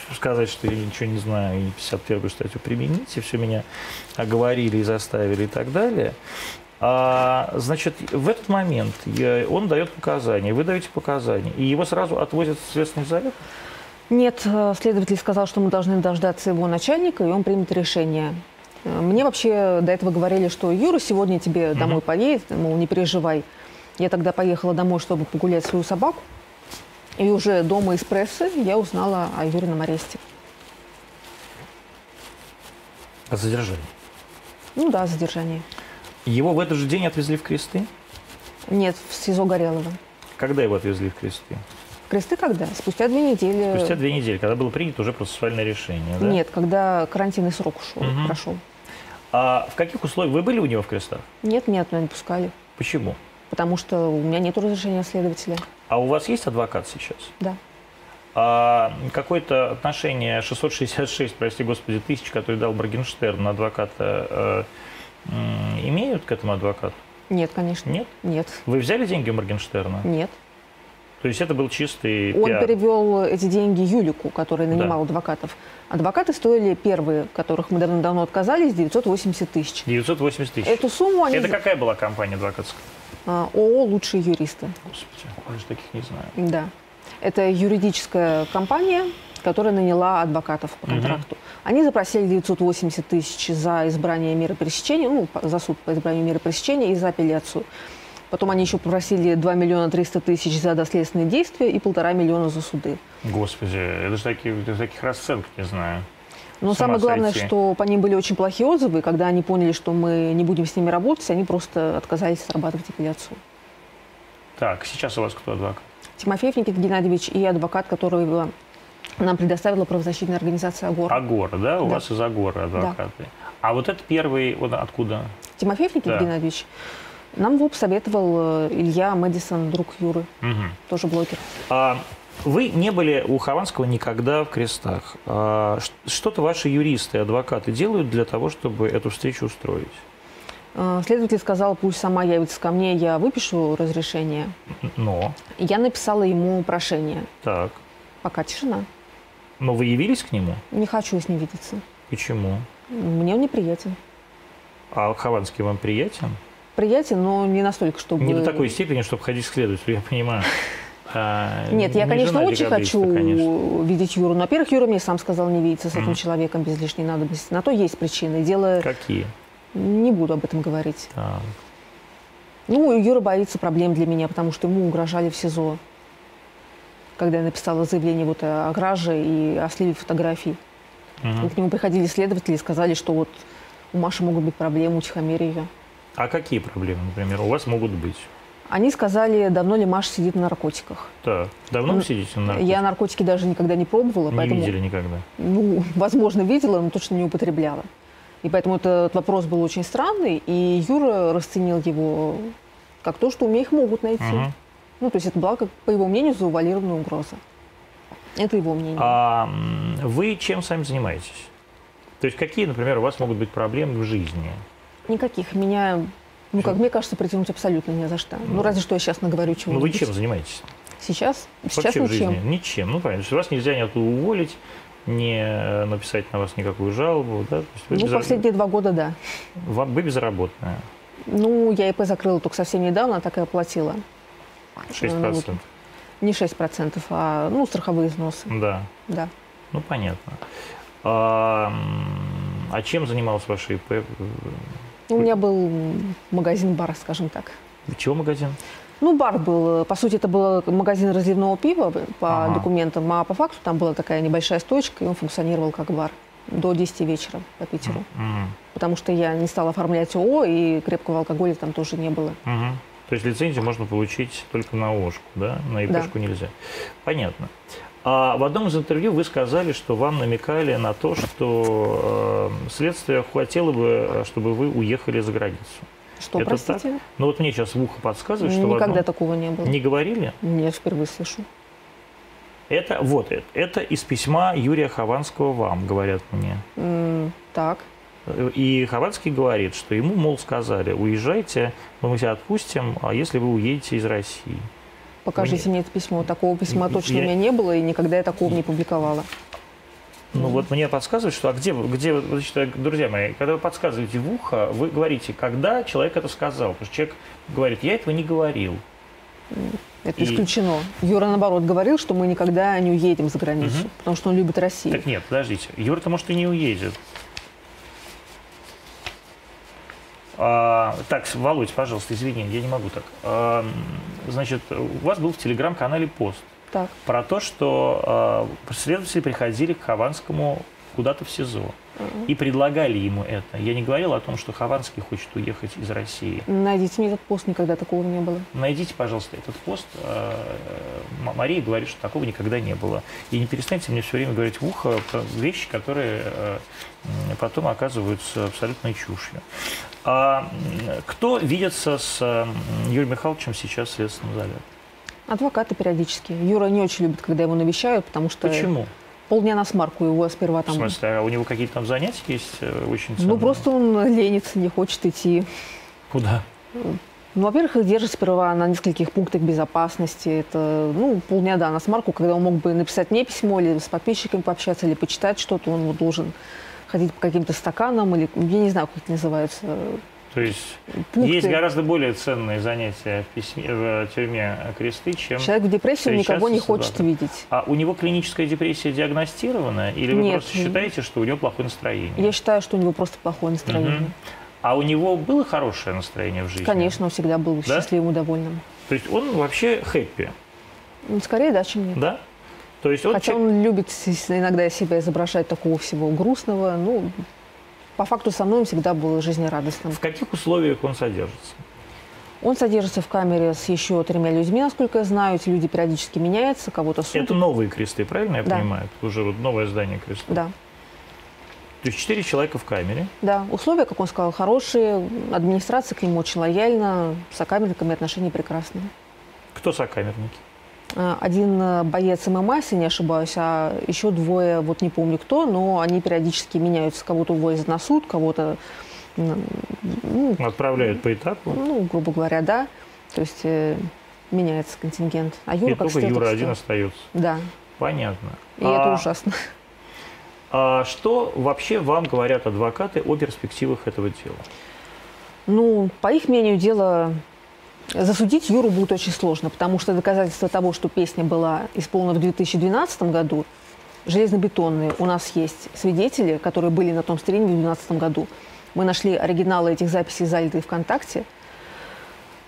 Speaker 1: сказать, что я ничего не знаю, и 51 статью применить, и все меня оговорили и заставили и так далее. А, значит, в этот момент я- он дает показания, вы даете показания, и его сразу отвозят в следственный изолятор?
Speaker 2: Нет, э, следователь сказал, что мы должны дождаться его начальника, и он примет решение. Э, Мне вообще до этого говорили, что Юра сегодня тебе домой поедет, мол, не переживай. Я тогда поехала домой, чтобы погулять свою собаку. И уже дома из прессы я узнала о Юрином аресте.
Speaker 1: О задержании.
Speaker 2: Ну да, задержание.
Speaker 1: Его в этот же день отвезли в кресты?
Speaker 2: Нет, в СИЗО Горелого.
Speaker 1: Когда его отвезли в кресты?
Speaker 2: Кресты когда? Спустя две недели.
Speaker 1: Спустя две недели, когда было принято уже процессуальное решение, да?
Speaker 2: Э. Нет, когда карантинный срок ушел,
Speaker 1: Мгм.
Speaker 2: прошел.
Speaker 1: А в каких условиях? Вы были у него в крестах?
Speaker 2: Нет, меня туда не пускали,
Speaker 1: Почему?
Speaker 2: потому что у меня нет разрешения следователя.
Speaker 1: А у вас есть адвокат сейчас?
Speaker 2: Да.
Speaker 1: А какое-то отношение 666, прости господи, тысяч, который дал Боргенштерн на адвоката, э, м, имеют к этому адвокату?
Speaker 2: Нет, конечно.
Speaker 1: Нет?
Speaker 2: Нет.
Speaker 1: Вы взяли деньги у Моргенштерна?
Speaker 2: Нет.
Speaker 1: То есть это был чистый
Speaker 2: Он
Speaker 1: пиар?
Speaker 2: перевел эти деньги Юлику, который нанимал адвокатов. Адвокаты стоили первые, которых мы давно-давно отказались, 980 тысяч.
Speaker 1: 980 тысяч.
Speaker 2: Эту сумму они...
Speaker 1: Это какая была компания адвокатская?
Speaker 2: а, ООО «Лучшие юристы».
Speaker 1: Господи, я же таких не знаю.
Speaker 2: Да. Это юридическая компания, которая наняла адвокатов по контракту. Они запросили 980 тысяч за избрание меры пресечения, ну, по- за суд по избранию меры пресечения и за апелляцию. Потом они еще попросили 2 миллиона 300 тысяч за доследственные действия и полтора миллиона за суды.
Speaker 1: Господи, я даже таких, даже таких расценок не знаю.
Speaker 2: Но
Speaker 1: С ума
Speaker 2: Ну, самое главное,
Speaker 1: сойти.
Speaker 2: что по ним были очень плохие отзывы. и Когда они поняли, что мы не будем с ними работать, они просто отказались срабатывать апелляцию.
Speaker 1: Так, сейчас у вас кто адвокат?
Speaker 2: Тимофеев Никита Геннадьевич и адвокат, которого нам предоставила правозащитная организация «Агор».
Speaker 1: Агора, А да? У
Speaker 2: Да.
Speaker 1: вас из Агора адвокаты. А вот этот первый, он откуда?
Speaker 2: Тимофеев
Speaker 1: Да.
Speaker 2: Никита Геннадьевич, нам его посоветовал э, Илья Мэдисон, друг Юры,
Speaker 1: Мгм.
Speaker 2: тоже блогер.
Speaker 1: А вы не были у Хованского никогда в крестах. А ш- что-то ваши юристы, адвокаты делают для того, чтобы эту встречу устроить?
Speaker 2: Э, Следователь сказал, пусть сама явится ко мне, я выпишу разрешение.
Speaker 1: Но,
Speaker 2: Я написала ему прошение.
Speaker 1: так.
Speaker 2: Пока тишина.
Speaker 1: Но вы явились к нему?
Speaker 2: Не хочу с ним видеться.
Speaker 1: Почему?
Speaker 2: Мне он неприятен.
Speaker 1: А Хованский вам приятен?
Speaker 2: Приятен, но не настолько, чтобы...
Speaker 1: Не до такой степени, чтобы ходить к следователю, я понимаю. А,
Speaker 2: Нет, я,
Speaker 1: не
Speaker 2: конечно,
Speaker 1: жена
Speaker 2: очень
Speaker 1: декабриста,
Speaker 2: хочу
Speaker 1: конечно.
Speaker 2: видеть Юру. Но, во-первых, Юра мне сам сказал не видеться с этим человеком без лишней надобности. На то есть причины. Дело...
Speaker 1: Какие?
Speaker 2: Не буду об этом говорить.
Speaker 1: Так.
Speaker 2: Ну, и Юра боится проблем для меня, потому что ему угрожали в СИЗО, когда я написала заявление вот о граже и о сливе фотографий. И
Speaker 1: Мгм.
Speaker 2: к нему приходили следователи и сказали, что вот у Маши могут быть проблемы, утихомирь ее.
Speaker 1: А какие проблемы, например, у вас могут быть?
Speaker 2: Они сказали, давно ли Маша сидит на наркотиках.
Speaker 1: Так, давно
Speaker 2: Ну,
Speaker 1: вы сидите на
Speaker 2: Я
Speaker 1: наркотиках?
Speaker 2: наркотики даже никогда не пробовала,
Speaker 1: Не
Speaker 2: поэтому
Speaker 1: видели никогда.
Speaker 2: ну, возможно, видела, но точно не употребляла. И поэтому этот вопрос был очень странный, и Юра расценил его как то, что у меня их могут найти.
Speaker 1: Мгм.
Speaker 2: Ну, то есть это была, как, по его мнению, завуалированная угроза. Это его мнение.
Speaker 1: А м, вы чем сами занимаетесь? То есть какие, например, у вас могут быть проблемы в жизни?
Speaker 2: Никаких. Меня, ну, как мне кажется, притянуть абсолютно не за что. Ну, разве что я сейчас наговорю
Speaker 1: Ну,
Speaker 2: чего-нибудь.
Speaker 1: вы чем занимаетесь?
Speaker 2: Сейчас, сейчас
Speaker 1: Вообще в
Speaker 2: ничем.
Speaker 1: жизни? Ничем. Ну, понятно. То есть вас нельзя ниоткуда уволить, не э, написать на вас никакую жалобу. Да? То есть вы,
Speaker 2: Ну,
Speaker 1: безра-
Speaker 2: последние два года, да.
Speaker 1: Ва- вы безработная.
Speaker 2: Ну, я ИП закрыла только совсем недавно, а так и оплатила.
Speaker 1: 6%.
Speaker 2: Не 6%, а, ну, страховые износы,
Speaker 1: Да.
Speaker 2: да.
Speaker 1: Ну, понятно. А, м, а чем занималась ваша ИП?
Speaker 2: Ну, У меня был магазин-бар, скажем так.
Speaker 1: Чего магазин?
Speaker 2: Ну, бар был, э, по сути, это был магазин разливного пива э, по
Speaker 1: Ага.
Speaker 2: документам, а по факту там была такая небольшая стоечка, и он функционировал как бар до 10 вечера по Питеру.
Speaker 1: Мгм.
Speaker 2: Потому что я не стала оформлять ООО, и крепкого алкоголя там тоже не было.
Speaker 1: Мгм. То есть лицензию можно получить только на ОШку, да? На ИПшку нельзя. Понятно. А в одном из интервью вы сказали, что вам намекали на то, что э, следствие хотело бы, э, чтобы вы уехали за границу.
Speaker 2: Что,
Speaker 1: Это так?
Speaker 2: простите?
Speaker 1: Ну вот мне сейчас в ухо подсказывают, что в
Speaker 2: Никогда
Speaker 1: одном-
Speaker 2: такого не было.
Speaker 1: не говорили.
Speaker 2: Нет, впервые слышу.
Speaker 1: Это вот э- это из письма Юрия Хованского вам говорят мне.
Speaker 2: М, Так.
Speaker 1: И Хованский говорит, что ему, мол, сказали, уезжайте, мы тебя отпустим, а если вы уедете из России.
Speaker 2: Покажите
Speaker 1: Мне-
Speaker 2: мне это письмо. Такого письма
Speaker 1: Я-
Speaker 2: точно у меня не было, и никогда я такого не публиковала.
Speaker 1: Ну вот мне подсказывают, что а где, вы- где, вы- значит, э, друзья мои, когда вы подсказываете в ухо, вы говорите, когда человек это сказал. Потому что человек говорит, я этого не говорил.
Speaker 2: Это
Speaker 1: И-
Speaker 2: исключено. Юра, наоборот, говорил, что мы никогда не уедем за границу, потому что он любит Россию.
Speaker 1: Так нет, подождите, Юра-то, может, и не уедет. А, так, с- Володь, пожалуйста, извини, я не могу так. А, м, значит, у вас был в телеграм-канале пост.
Speaker 2: Так.
Speaker 1: про то, что э, следователи приходили к Хованскому куда-то в СИЗО и предлагали ему это. Я не говорил о том, что Хованский хочет уехать из России.
Speaker 2: Найдите мне этот пост, никогда такого не было.
Speaker 1: Найдите, пожалуйста, этот пост. Э, М- Мария говорит, что такого никогда не было. И не перестаньте мне все время говорить в ухо про вещи, которые э, м, потом оказываются абсолютной чушью. А, м, кто видится с э, м, Юрием Михайловичем сейчас в следственном зале?
Speaker 2: Э, Адвокаты периодически. Юра не очень любит, когда его навещают, потому что
Speaker 1: Почему?
Speaker 2: полдня на смарку его сперва
Speaker 1: В
Speaker 2: там.
Speaker 1: смысле, а у него какие-то там занятия есть э, очень ценные?
Speaker 2: Ну, просто он ленится, не хочет идти.
Speaker 1: Куда?
Speaker 2: Ну, во-первых, их держат сперва на нескольких пунктах безопасности. Это, ну, полдня, да, на смарку, когда он мог бы написать мне письмо или с подписчиками пообщаться, или почитать что-то, он вот должен ходить по каким-то стаканам, или, я не знаю, как это называется, э,
Speaker 1: То есть
Speaker 2: пункты.
Speaker 1: есть гораздо более ценные занятия в, письме, в э, тюрьме кресты, чем...
Speaker 2: Человек в депрессии он
Speaker 1: Встречаться
Speaker 2: никого не
Speaker 1: с
Speaker 2: хочет
Speaker 1: адвокатом.
Speaker 2: видеть.
Speaker 1: А у него клиническая депрессия диагностирована? Или вы
Speaker 2: Нет.
Speaker 1: просто считаете, что у него плохое настроение?
Speaker 2: Я считаю, что у него просто плохое настроение.
Speaker 1: Мгм. А у него было хорошее настроение в жизни?
Speaker 2: Конечно, он всегда был
Speaker 1: Да?
Speaker 2: счастливым и довольным.
Speaker 1: То есть он вообще хэппи,
Speaker 2: Ну, скорее, да, чем нет.
Speaker 1: да? То есть он...
Speaker 2: Хотя
Speaker 1: че-
Speaker 2: он любит с- иногда из себя изображать такого всего грустного. Ну, по факту со мной он всегда был жизнерадостным.
Speaker 1: В каких условиях он содержится?
Speaker 2: Он содержится в камере с еще тремя людьми, насколько я знаю. Эти люди периодически меняются, кого-то судят.
Speaker 1: Это новые кресты, правильно я
Speaker 2: Да.
Speaker 1: понимаю? Это уже вот новое здание креста.
Speaker 2: Да,
Speaker 1: То есть четыре человека в камере.
Speaker 2: да. Условия, как он сказал, хорошие. Администрация к нему очень лояльна. С сокамерниками отношения прекрасные.
Speaker 1: Кто сокамерники?
Speaker 2: Э, Один э, боец ММА, если не ошибаюсь, а еще двое, вот не помню кто, но они периодически меняются. Кого-то увозят на суд, кого-то, м, ну,
Speaker 1: Отправляют по этапу.
Speaker 2: ну, грубо говоря, да. То есть э, меняется контингент. А Юра
Speaker 1: И
Speaker 2: как
Speaker 1: только
Speaker 2: сидел,
Speaker 1: Юра
Speaker 2: так
Speaker 1: один
Speaker 2: сидел.
Speaker 1: остается.
Speaker 2: Да,
Speaker 1: Понятно.
Speaker 2: и
Speaker 1: А-
Speaker 2: это ужасно.
Speaker 1: А что вообще вам говорят адвокаты о перспективах этого дела?
Speaker 2: Ну, по их мнению, дело засудить Юру будет очень сложно, потому что доказательства того, что песня была исполнена в 2012 году, железнобетонные. У нас есть свидетели, которые были на том стриме в 2012 году. Мы нашли оригиналы этих записей, залитые ВКонтакте.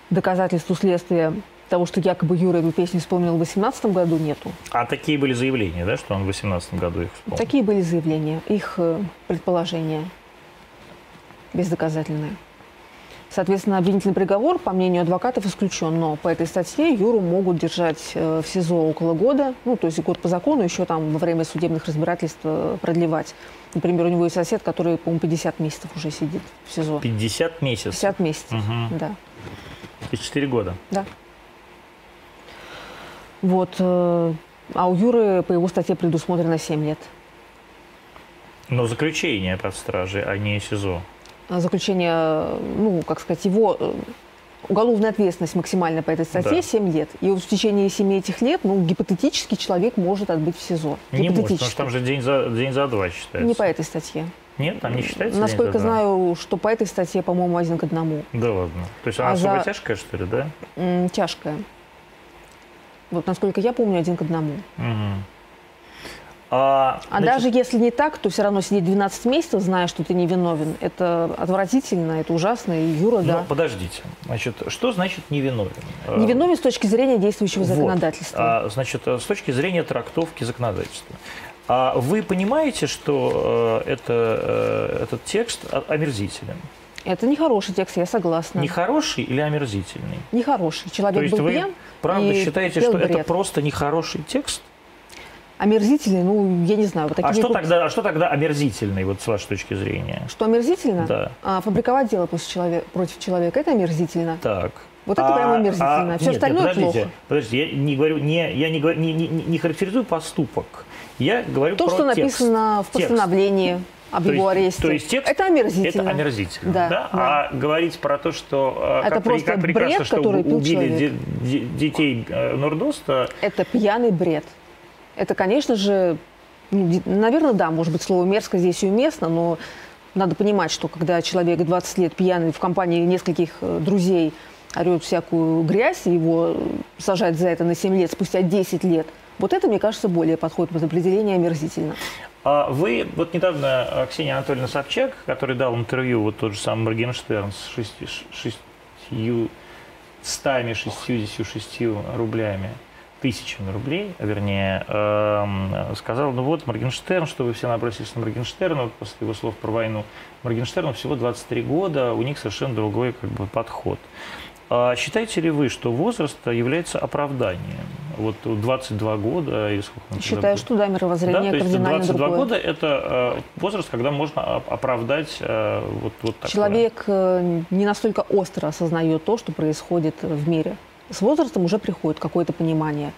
Speaker 2: Доказательств у следствия того, что якобы Юра эту песню исполнил в 2018 году, нету.
Speaker 1: А такие были заявления, да, что он в 2018 году их исполнил?
Speaker 2: Такие были заявления, их э, предположения бездоказательные. Соответственно, обвинительный приговор, по мнению адвокатов, исключен. Но по этой статье Юру могут держать э, в СИЗО около года, ну, то есть год по закону, еще там во время судебных разбирательств э, продлевать. Например, у него есть сосед, который, по-моему, 50 месяцев уже сидит в СИЗО.
Speaker 1: 50 месяцев,
Speaker 2: 50 месяцев,
Speaker 1: Мгм.
Speaker 2: да.
Speaker 1: и 4 года.
Speaker 2: Да. Вот. э, А у Юры по его статье предусмотрено 7 лет.
Speaker 1: Но заключение под стражей, а не СИЗО.
Speaker 2: э, заключение, ну, как сказать, его э, Уголовная ответственность максимально по этой статье
Speaker 1: Да.
Speaker 2: 7 лет. И вот в течение 7 этих лет, ну, гипотетически человек может отбыть в СИЗО.
Speaker 1: Не может, потому что
Speaker 2: Гипотетически.
Speaker 1: там же день за, день за два считается.
Speaker 2: Не по этой статье.
Speaker 1: Нет, там не считается день за
Speaker 2: Насколько
Speaker 1: два?
Speaker 2: знаю, что по этой статье, по-моему, один к одному.
Speaker 1: Да ладно. То есть она
Speaker 2: А
Speaker 1: особо
Speaker 2: за-
Speaker 1: тяжкая, что ли, да?
Speaker 2: М, тяжкая. Вот насколько я помню, один к одному.
Speaker 1: Мгм. А,
Speaker 2: А
Speaker 1: значит,
Speaker 2: даже если не так, то все равно сидеть 12 месяцев, зная, что ты невиновен, это отвратительно, это ужасно. И Юра,
Speaker 1: ну,
Speaker 2: да.
Speaker 1: подождите. Значит, что значит невиновен? А,
Speaker 2: Невиновен с точки зрения действующего
Speaker 1: вот.
Speaker 2: законодательства.
Speaker 1: А, значит, а, с точки зрения трактовки законодательства. А вы понимаете, что э, это, э, этот текст о- омерзителен?
Speaker 2: Это нехороший текст, я согласна.
Speaker 1: Нехороший или омерзительный?
Speaker 2: Нехороший.
Speaker 1: То
Speaker 2: Человек
Speaker 1: есть
Speaker 2: был
Speaker 1: вы
Speaker 2: пьян,
Speaker 1: правда
Speaker 2: и
Speaker 1: считаете,
Speaker 2: пел
Speaker 1: что это
Speaker 2: бред.
Speaker 1: просто нехороший текст?
Speaker 2: омерзительный, ну, я не знаю. Вот
Speaker 1: А
Speaker 2: такими
Speaker 1: что
Speaker 2: круг-
Speaker 1: тогда, а что тогда омерзительный, вот с вашей точки зрения?
Speaker 2: Что омерзительно?
Speaker 1: Да.
Speaker 2: А, фабриковать дело после челове- против человека, это омерзительно.
Speaker 1: Так. А,
Speaker 2: Вот это прямо омерзительно. Всё
Speaker 1: нет,
Speaker 2: остальное
Speaker 1: нет, подождите,
Speaker 2: плохо.
Speaker 1: Подождите, я не говорю, не, я не, говорю- не, не- не характеризую поступок. Я говорю
Speaker 2: То,
Speaker 1: про
Speaker 2: что
Speaker 1: текст.
Speaker 2: написано в
Speaker 1: Текст.
Speaker 2: постановлении об
Speaker 1: То
Speaker 2: его
Speaker 1: есть-
Speaker 2: аресте,
Speaker 1: то есть текст-
Speaker 2: это омерзительно.
Speaker 1: Это омерзительно,
Speaker 2: Да,
Speaker 1: да?
Speaker 2: да.
Speaker 1: А говорить про то, что э,
Speaker 2: Это
Speaker 1: как, при-
Speaker 2: просто
Speaker 1: как прекрасно,
Speaker 2: бред,
Speaker 1: что
Speaker 2: который пил
Speaker 1: убили
Speaker 2: человек.
Speaker 1: де- де- детей э, Нордоста,
Speaker 2: Это пьяный бред. Это, конечно же, наверное, да, может быть, слово мерзко здесь и уместно, но надо понимать, что когда человек 20 лет пьяный в компании нескольких э, друзей орет всякую грязь, и его э, сажают за это на 7 лет, спустя 10 лет, вот это, мне кажется, более подходит под определение омерзительно.
Speaker 1: А Вы, вот недавно а, Ксения Анатольевна Собчак, который дал интервью, вот тот же самый Моргенштерн с шести- ш- шестью стами шестьюдесятью шестью рублями, тысячами рублей, вернее, эм, сказал, ну вот Моргенштерн, что вы все набросились на Моргенштерна, вот после его слов про войну, Моргенштерну всего 23 года, у них совершенно другой как бы, подход. А считаете ли вы, что возраст является оправданием? Вот 22 года, или сколько он тогда
Speaker 2: Считаю,
Speaker 1: был?
Speaker 2: что да,
Speaker 1: Да,
Speaker 2: мировоззрение
Speaker 1: то есть
Speaker 2: кардинально
Speaker 1: 22
Speaker 2: другое.
Speaker 1: года – это э, возраст, когда можно оп- оправдать э, вот, вот такое.
Speaker 2: Человек э, не настолько остро осознает то, что происходит э, в мире. С возрастом уже приходит какое-то понимание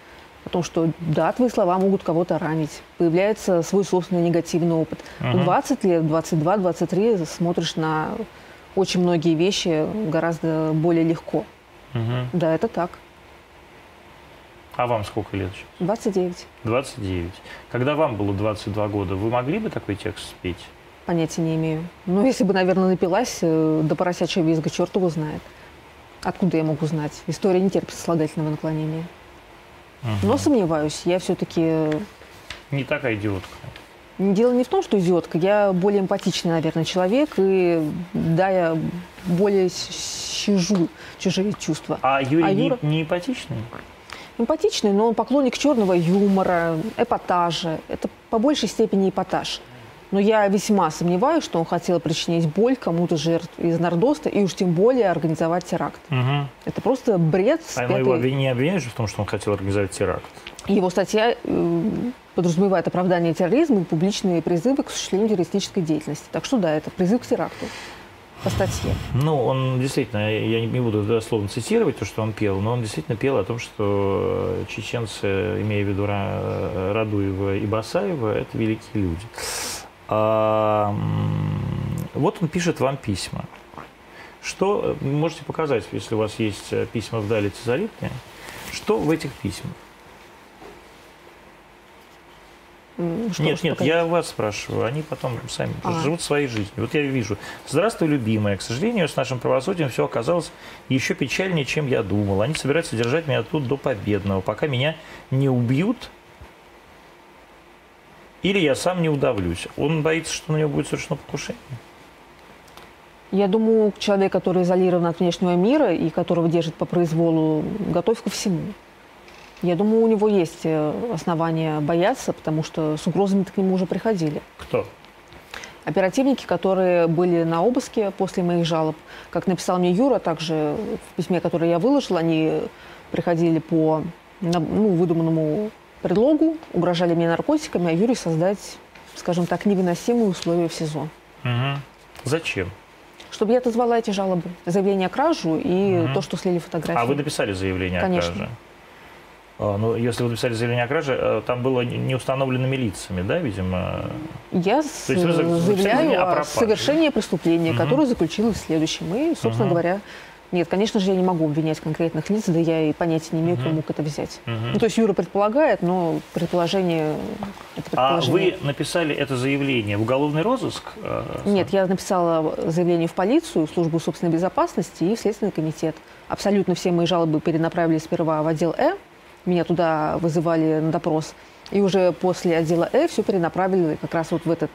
Speaker 2: о том, что да, твои слова могут кого-то ранить. Появляется свой собственный негативный опыт. В
Speaker 1: Мгм.
Speaker 2: 20 лет, 22, 23 смотришь на очень многие вещи гораздо более легко.
Speaker 1: Мгм.
Speaker 2: Да, это так.
Speaker 1: А вам сколько лет сейчас?
Speaker 2: 29.
Speaker 1: 29. Когда вам было 22 года, вы могли бы такой текст спеть?
Speaker 2: Понятия не имею. Но если бы, наверное, напилась, э, до поросячьего визга черт его знает. Откуда я могу знать? История не терпит слагательного наклонения. Но сомневаюсь, я все-таки...
Speaker 1: Не такая идиотка.
Speaker 2: Дело не в том, что идиотка, я более эмпатичный, наверное, человек, и да, я более сижу чужие чувства.
Speaker 1: А Юрий
Speaker 2: А
Speaker 1: не,
Speaker 2: Юра?
Speaker 1: не ипотечный?
Speaker 2: Эмпатичный, но он поклонник черного юмора, эпатажа. Это по большей степени эпатаж. Но я весьма сомневаюсь, что он хотел причинить боль кому-то жертв из Нордоста и уж тем более организовать теракт.
Speaker 1: Мгм.
Speaker 2: Это просто бред. с
Speaker 1: А ну, его
Speaker 2: пятой-
Speaker 1: обвин- не обвиняют же в том, что он хотел организовать теракт?
Speaker 2: Его статья э, подразумевает оправдание терроризма и публичные призывы к осуществлению террористической деятельности. Так что да, это призыв к теракту по статье.
Speaker 1: Ну, он действительно, я не- не буду дословно цитировать то, что он пел, но он действительно пел о том, что э, чеченцы, имея в виду Ра- Радуева и Басаева, это великие люди. А, м, вот он пишет вам письма. Что э, можете показать, если у вас есть э, письма в Дали Цезаритне? Что в этих письмах?
Speaker 2: М, ну что
Speaker 1: нет,
Speaker 2: уж
Speaker 1: нет,
Speaker 2: показать.
Speaker 1: я вас спрашиваю, они потом сами просто
Speaker 2: А.
Speaker 1: живут своей жизнью. Вот я вижу. Здравствуй, любимая. К сожалению, с нашим правосудием все оказалось еще печальнее, чем я думал. Они собираются держать меня тут до победного, пока меня не убьют или я сам не удавлюсь. Он боится, что на него будет совершено покушение.
Speaker 2: Я думаю, человек, который изолирован от внешнего мира и которого держит по произволу, готов ко всему. Я думаю, у него есть э, основания бояться, потому что с угрозами-то к нему уже приходили.
Speaker 1: Кто?
Speaker 2: Оперативники, которые были на обыске после моих жалоб, как написал мне Юра, также в письме, которое я выложила, они приходили по на- ну, выдуманному предлогу, угрожали мне наркотиками, а Юре создать, скажем так, невыносимые условия в СИЗО.
Speaker 1: Мгм. Зачем?
Speaker 2: Чтобы я отозвала эти жалобы, заявление о кражу и
Speaker 1: Мгм.
Speaker 2: то, что слили фотографии.
Speaker 1: А вы написали заявление
Speaker 2: Конечно.
Speaker 1: о краже? А, ну, если вы написали заявление о краже, э, там было не- неустановленными лицами, да, видимо?
Speaker 2: Я с-
Speaker 1: То есть вы за-
Speaker 2: заявляю
Speaker 1: заявление о
Speaker 2: о,
Speaker 1: пропаже.
Speaker 2: совершении преступления,
Speaker 1: Мгм.
Speaker 2: которое заключилось в следующем. И, собственно
Speaker 1: Мгм.
Speaker 2: говоря, Нет, конечно же, я не могу обвинять конкретных лиц, да я и понятия не имею, кто мог это взять. Ну, то есть Юра предполагает, но предположение... Это
Speaker 1: А
Speaker 2: предположение.
Speaker 1: вы написали это заявление в уголовный розыск? э,
Speaker 2: Нет, я написала заявление в полицию, в службу собственной безопасности и в Следственный комитет. Абсолютно все мои жалобы перенаправили сперва в отдел Э, меня туда вызывали на допрос, и уже после отдела Э все перенаправили как раз вот в этот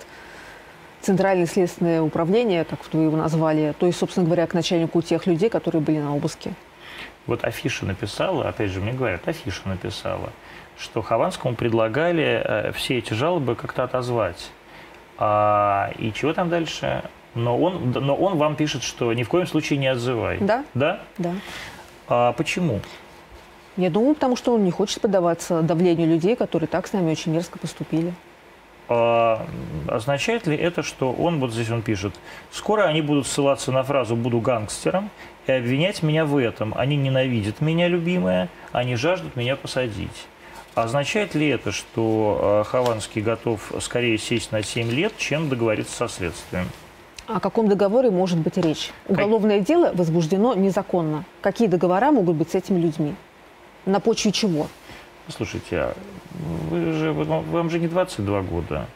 Speaker 2: Центральное следственное управление, как вот вы его назвали, то есть, собственно говоря, к начальнику тех людей, которые были на обыске.
Speaker 1: Вот афишу написала, опять же, мне говорят, афишу написала, что Хованскому предлагали э, все эти жалобы как-то отозвать. А, и чего там дальше? Но он, но он вам пишет, что ни в коем случае не отзывай.
Speaker 2: Да.
Speaker 1: Да?
Speaker 2: Да.
Speaker 1: А почему?
Speaker 2: Я думаю, потому что он не хочет поддаваться давлению людей, которые так с нами очень мерзко поступили.
Speaker 1: А, означает ли это, что он, вот здесь он пишет, скоро они будут ссылаться на фразу «буду гангстером» и обвинять меня в этом. Они ненавидят меня, любимая, они жаждут меня посадить. Означает ли это, что э, Хованский готов скорее сесть на 7 лет, чем договориться со следствием?
Speaker 2: О каком договоре может быть речь? Уголовное дело возбуждено незаконно. Какие договора могут быть с этими людьми? На почве чего?
Speaker 1: Слушайте, а вы же, вам вам же не 22 года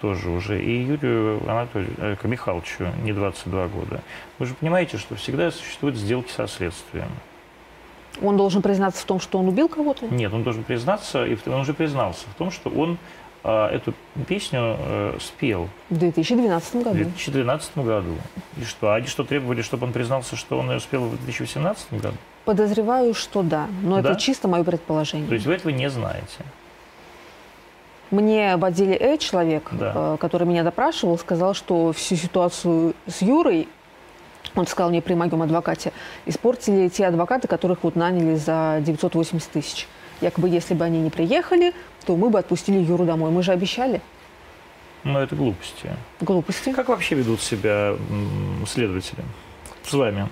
Speaker 1: тоже уже, и Юрию Анатолию, э, к Михалычу не 22 года. Вы же понимаете, что всегда существуют сделки со следствием.
Speaker 2: Он должен признаться в том, что он убил кого-то?
Speaker 1: Нет, он должен признаться, и в- он уже признался в том, что он а, эту песню э, спел
Speaker 2: В 2012
Speaker 1: в
Speaker 2: году.
Speaker 1: 2012 году. И что? а Они что требовали, чтобы он признался, что он ее спел в 2018 году?
Speaker 2: Подозреваю, что да. Но
Speaker 1: Да?
Speaker 2: это чисто мое предположение.
Speaker 1: То есть вы этого не знаете.
Speaker 2: Мне в отделе Э человек,
Speaker 1: Да.
Speaker 2: э, который меня допрашивал, сказал, что всю ситуацию с Юрой, он сказал мне при моем адвокате, испортили те адвокаты, которых вот наняли за 980 тысяч. Якобы, если бы они не приехали, то мы бы отпустили Юру домой. Мы же обещали.
Speaker 1: Но это глупости.
Speaker 2: Глупости.
Speaker 1: Как вообще ведут себя м, следователи с вами?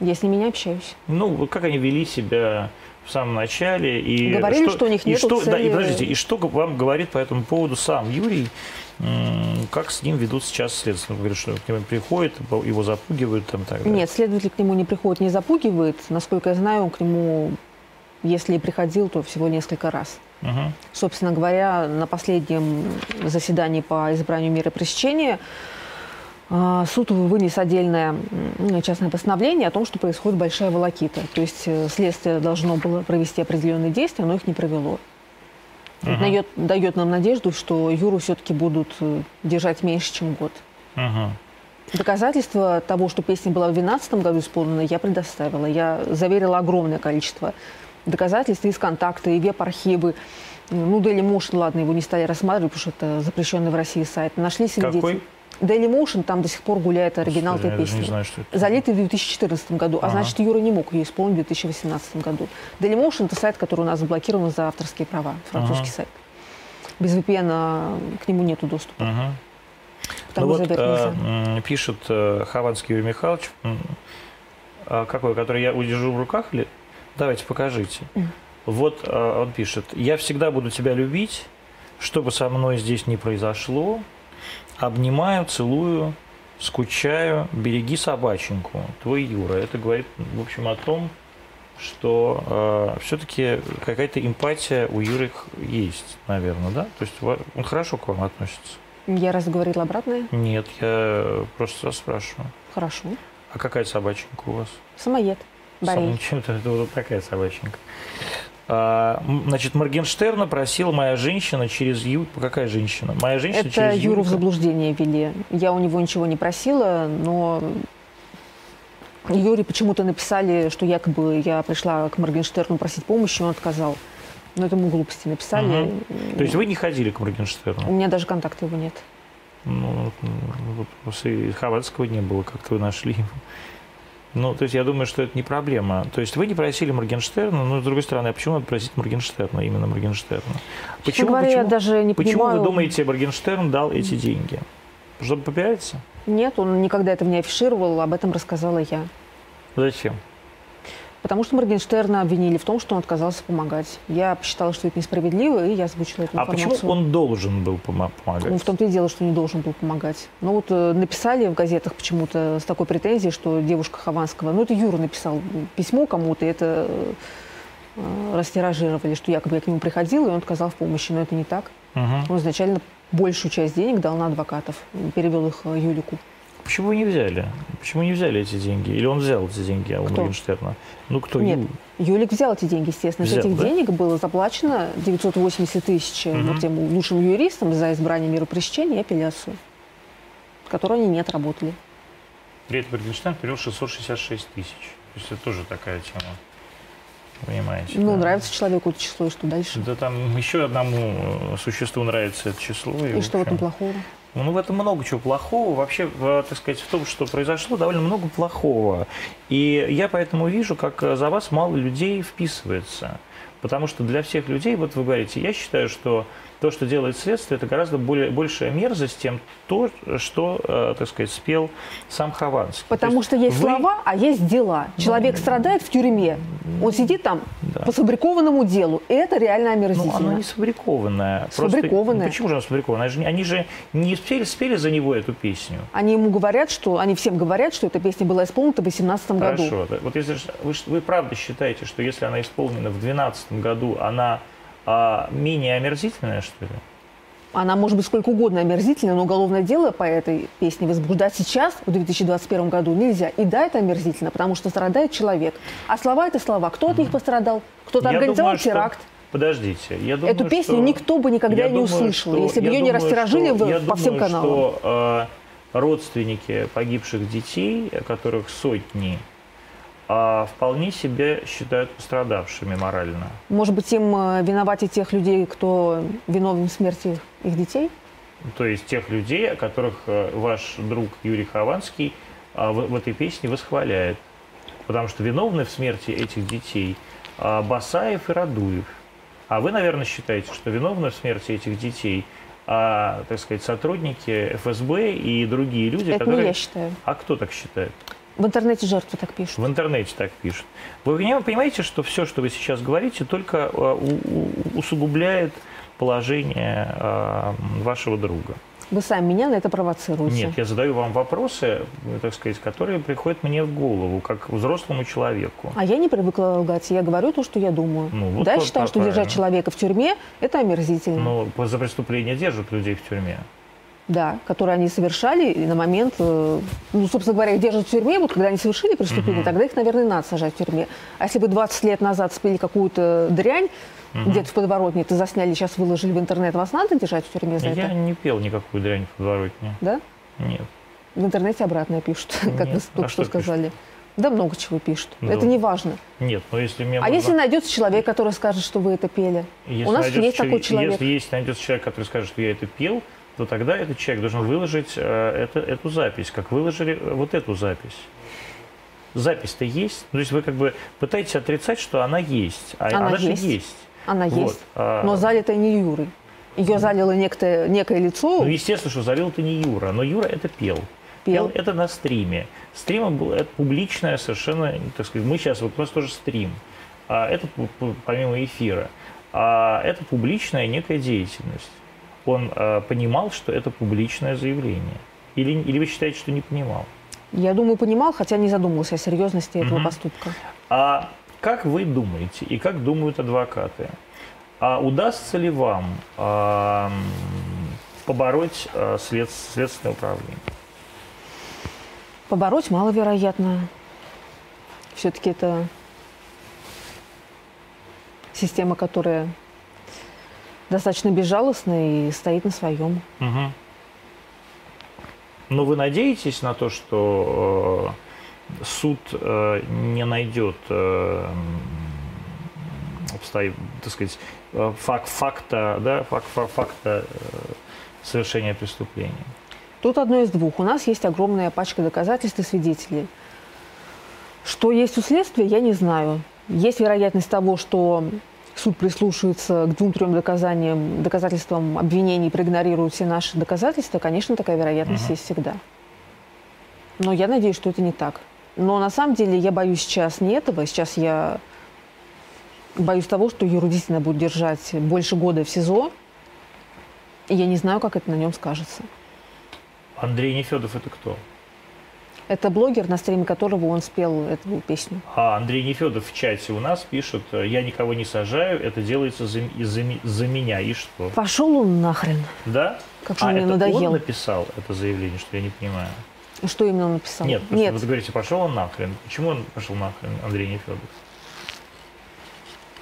Speaker 2: Я с ними не общаюсь.
Speaker 1: Ну, вот как они вели себя в самом начале и
Speaker 2: Говорили, что у них
Speaker 1: и
Speaker 2: нету
Speaker 1: что, да, и
Speaker 2: цели.
Speaker 1: подождите, и что вам говорит по этому поводу сам Юрий? М, Как с ним ведут сейчас следствие? Он говорит, что к нему приходит, его запугивают там и так далее.
Speaker 2: Нет, следователь к нему не приходит, не запугивает. Насколько я знаю, он к нему, если и приходил, то всего несколько раз.
Speaker 1: Мгм.
Speaker 2: Собственно говоря, на последнем заседании по избранию меры пресечения а, суд вынес отдельное м, ну, частное постановление о том, что происходит большая волокита. То есть э, следствие должно было провести определенные действия, но их не провело. Это дает, дает нам надежду, что Юру все-таки будут э, держать меньше, чем год.
Speaker 1: Мгм.
Speaker 2: Доказательства того, что песня была в 2012 году исполнена, я предоставила. Я заверила огромное количество доказательств из контакта, и веб-архивы. Ну, Daily Motion, ладно, его не стали рассматривать, потому что это запрещенный в России сайт. Нашли свидетели.
Speaker 1: Какой?
Speaker 2: Daily Motion, там до сих пор гуляет оригинал
Speaker 1: Господи,
Speaker 2: этой
Speaker 1: я даже
Speaker 2: песни.
Speaker 1: не знаю, что это.
Speaker 2: Залитый в 2014 году, а
Speaker 1: Ага.
Speaker 2: значит, Юра не мог ее исполнить в 2018 году. Daily Motion – это сайт, который у нас заблокирован за авторские права, французский
Speaker 1: Ага.
Speaker 2: сайт. Без VPN -а к нему нету доступа,
Speaker 1: Мгм.
Speaker 2: потому
Speaker 1: Ну вот,
Speaker 2: заверить
Speaker 1: э,
Speaker 2: нельзя.
Speaker 1: м, пишет э, Хованский Юрий Михайлович, м, а, какой, который я удержу в руках? Или... Давайте, покажите. Вот э, он пишет. «Я всегда буду тебя любить, что бы со мной здесь ни произошло. Обнимаю, целую, скучаю, береги собаченьку, твой Юра». Это говорит, в общем, о том, что все-таки какая-то эмпатия у Юры х- есть, наверное, да? То есть ва- он хорошо к вам относится?
Speaker 2: Я раз говорила обратное.
Speaker 1: Нет, я просто вас спрашиваю.
Speaker 2: Хорошо.
Speaker 1: А какая собаченька у вас?
Speaker 2: Самоед. Борей.
Speaker 1: Чем-то это вот такая собаченька. А, м, значит, Моргенштерна просила моя женщина через Ю... Какая женщина? Моя женщина
Speaker 2: Это
Speaker 1: через
Speaker 2: Юру в
Speaker 1: Юрика.
Speaker 2: заблуждение вели. Я у него ничего не просила, но Юре почему-то написали, что якобы я пришла к Моргенштерну просить помощи, он отказал. Но это ему глупости написали.
Speaker 1: Мгм. То есть вы не ходили к Моргенштерну?
Speaker 2: У меня даже контакта его нет.
Speaker 1: Ну, м, вот после Хованского не было, как-то вы нашли его. Ну, то есть я думаю, что это не проблема. То есть вы не просили Моргенштерна, но с другой стороны, а почему надо просить Моргенштерна, именно Моргенштерна?
Speaker 2: Честно говоря, я даже не
Speaker 1: Почему
Speaker 2: понимаю.
Speaker 1: вы думаете, Моргенштерн дал эти деньги? Чтобы попиариться?
Speaker 2: Нет, он никогда этого не афишировал, об этом рассказала я.
Speaker 1: Зачем?
Speaker 2: Потому что Моргенштерна обвинили в том, что он отказался помогать. Я посчитала, что это несправедливо, и я озвучила эту
Speaker 1: А почему
Speaker 2: информацию.
Speaker 1: он должен был помо-
Speaker 2: Ну,
Speaker 1: помогать?
Speaker 2: в том-то и дело, что не должен был помогать. Ну, вот э, написали в газетах почему-то с такой претензией, что девушка Хованского... Ну, это Юра написал письмо кому-то, и это э, э, растиражировали, что якобы я к нему приходила, и он отказал в помощи. Но это не так.
Speaker 1: Мгм.
Speaker 2: Он изначально большую часть денег дал на адвокатов, перевел их э, Юлику.
Speaker 1: Почему вы не взяли? Почему не взяли эти деньги? Или он взял эти деньги а у
Speaker 2: Кто?
Speaker 1: Моргенштерна? Ну, кто?
Speaker 2: Нет,
Speaker 1: Ю-
Speaker 2: Юлик взял эти деньги, естественно. Из
Speaker 1: Взял,
Speaker 2: этих
Speaker 1: да?
Speaker 2: денег было заплачено 980 тысяч э, вот тем лучшим юристам за избрание меры пресечения и апелляцию, которую они не отработали.
Speaker 1: При этом Моргенштерн привел 666 тысяч. То есть это тоже такая тема. Понимаете?
Speaker 2: Ну,
Speaker 1: да?
Speaker 2: нравится человеку это число, и что дальше?
Speaker 1: Да там еще одному э, существу нравится это число.
Speaker 2: И,
Speaker 1: в
Speaker 2: что
Speaker 1: общем,
Speaker 2: в этом плохого?
Speaker 1: Ну, в этом много чего плохого. Вообще, в, так сказать, в том, что произошло, довольно много плохого. И я поэтому вижу, как э, за вас мало людей вписывается. Потому что для всех людей, вот вы говорите, я считаю, что то, что делает следствие, это гораздо более, большая мерзость, чем то, что, э, так сказать, спел сам Хованский.
Speaker 2: Потому что есть
Speaker 1: вы-
Speaker 2: слова, а есть дела. Человек страдает в тюрьме. Он сидит там по сфабрикованному делу. И это реально
Speaker 1: Ну,
Speaker 2: омерзительно.
Speaker 1: оно не сфабрикованное. Просто-
Speaker 2: Сфабрикованное.
Speaker 1: Ну, почему же оно сфабрикованное? Они же, они же не спели, спели за него эту песню.
Speaker 2: Они ему говорят, что они всем говорят, что эта песня была исполнена в 18 году.
Speaker 1: Хорошо. да. Вот если ж- вы, ж- вы правда считаете, что если она исполнена в 2012 году, она а, менее омерзительная, что ли?
Speaker 2: Она может быть сколько угодно омерзительна, но уголовное дело по этой песне возбуждать сейчас, в 2021 году, нельзя. И да, это омерзительно, потому что страдает человек. А слова это слова. Кто от них пострадал? Кто-то
Speaker 1: Я
Speaker 2: организовал
Speaker 1: думаю, что-
Speaker 2: теракт.
Speaker 1: Подождите, я думаю,
Speaker 2: Эту песню
Speaker 1: что-
Speaker 2: никто бы никогда
Speaker 1: я
Speaker 2: не
Speaker 1: думаю,
Speaker 2: услышал,
Speaker 1: что-
Speaker 2: если бы
Speaker 1: я
Speaker 2: ее не
Speaker 1: думаю,
Speaker 2: растиражили
Speaker 1: что-
Speaker 2: в-
Speaker 1: я
Speaker 2: по всем
Speaker 1: думаю,
Speaker 2: каналам.
Speaker 1: что, э, родственники погибших детей, э, которых сотни, а, вполне себе считают пострадавшими морально.
Speaker 2: Может быть, им э, виноваты тех людей, кто виновен в смерти их детей?
Speaker 1: Ну, То есть тех людей, о которых э, ваш друг Юрий Хованский а, в, в этой песне восхваляет. Потому что виновны в смерти этих детей а, Басаев и Радуев. А вы, наверное, считаете, что виновны в смерти этих детей, а, так сказать, сотрудники ФСБ и другие люди,
Speaker 2: Это не
Speaker 1: которые...
Speaker 2: я считаю.
Speaker 1: А кто так считает?
Speaker 2: В интернете жертвы так пишут.
Speaker 1: В интернете так пишут. Вы поня- понимаете, что все, что вы сейчас говорите, только а, у- у- усугубляет положение а, вашего друга.
Speaker 2: Вы сами меня на это провоцируете.
Speaker 1: Нет, я задаю вам вопросы, э, так сказать, которые приходят мне в голову, как взрослому человеку.
Speaker 2: А я не привыкла лгать. Я говорю то, что я думаю.
Speaker 1: Ну, вот Ну.
Speaker 2: да, я
Speaker 1: вот
Speaker 2: считаю,
Speaker 1: так
Speaker 2: что держать
Speaker 1: правильно.
Speaker 2: человека в тюрьме – это омерзительно.
Speaker 1: Но по- за преступление держат людей в тюрьме.
Speaker 2: Да, которые они совершали и на момент, э, ну, собственно говоря, их держат в тюрьме, вот когда они совершили преступление, тогда их, наверное, надо сажать в тюрьме. А если бы 20 лет назад спели какую-то дрянь, где-то в подворотне, это засняли, сейчас выложили в интернет, вас надо держать в тюрьме за
Speaker 1: Я
Speaker 2: это?
Speaker 1: не пел никакую дрянь в подворотне.
Speaker 2: Да?
Speaker 1: Нет.
Speaker 2: В интернете обратное пишут, как вы
Speaker 1: Нет.
Speaker 2: только
Speaker 1: А
Speaker 2: что,
Speaker 1: что пишут? Ну.
Speaker 2: сказали. Да много чего пишут.
Speaker 1: Да.
Speaker 2: Это не важно.
Speaker 1: Нет, но если мне
Speaker 2: А
Speaker 1: можно-
Speaker 2: если найдется человек, который скажет, что вы это пели?
Speaker 1: если
Speaker 2: У нас
Speaker 1: найдётся
Speaker 2: есть такой человек.
Speaker 1: Если есть найдется человек, который скажет, что я это пел, то тогда этот человек должен выложить э, это, эту запись, как выложили э, вот эту запись. Запись-то есть. Ну, то есть вы как бы пытаетесь отрицать, что она есть. А
Speaker 2: Она
Speaker 1: же
Speaker 2: есть.
Speaker 1: есть.
Speaker 2: Она
Speaker 1: Вот,
Speaker 2: есть,
Speaker 1: а-
Speaker 2: но залитая не Юрой. Ее залило некое, некое лицо,
Speaker 1: Ну, естественно, что залил это не Юра, но Юра это пел.
Speaker 2: Пел.
Speaker 1: это на стриме. Стрим был это публичное совершенно, так сказать, мы сейчас, вот у нас тоже стрим. А, это пу- пу- помимо эфира. А, это публичная некая деятельность. Он а, понимал, что это публичное заявление. Или, или вы считаете, что не понимал?
Speaker 2: я думаю, понимал, хотя не задумывался о серьезности этого поступка.
Speaker 1: А как вы думаете и как думают адвокаты? А удастся ли вам а, м, побороть а, след- следственное управление?
Speaker 2: Побороть маловероятно. Все-таки это система, которая достаточно безжалостна и стоит на своем.
Speaker 1: Мгм. Но вы надеетесь на то, что э, суд э, не найдет э, м, обстоя- так сказать, э, фак- факта, да, фак- фа- факта э, совершения преступления?
Speaker 2: Тут одно из двух. У нас есть огромная пачка доказательств и свидетелей. Что есть у следствия, я не знаю. Есть вероятность того, что суд прислушивается к двум-трем доказаниям, доказательствам обвинений, и проигнорирует все наши доказательства. Конечно, такая вероятность есть всегда. Но я надеюсь, что это не так. Но на самом деле я боюсь сейчас не этого. Сейчас я боюсь того, что Юру действительно будут держать больше года в СИЗО. И я не знаю, как это на нем скажется.
Speaker 1: Андрей Нефедов это кто?
Speaker 2: Это блогер, на стриме которого он спел эту песню.
Speaker 1: А Андрей Нефедов в чате у нас пишет, э, я никого не сажаю, это делается за, м- из-за ми- за меня. И что?
Speaker 2: Пошел он нахрен.
Speaker 1: Да?
Speaker 2: Как же
Speaker 1: а
Speaker 2: он мне
Speaker 1: это он
Speaker 2: надоел.
Speaker 1: написал это заявление, что я не понимаю?
Speaker 2: Что именно он написал?
Speaker 1: Нет, потому что
Speaker 2: Нет
Speaker 1: вы говорите, пошел он нахрен. Почему он пошел нахрен, Андрей Нефедов?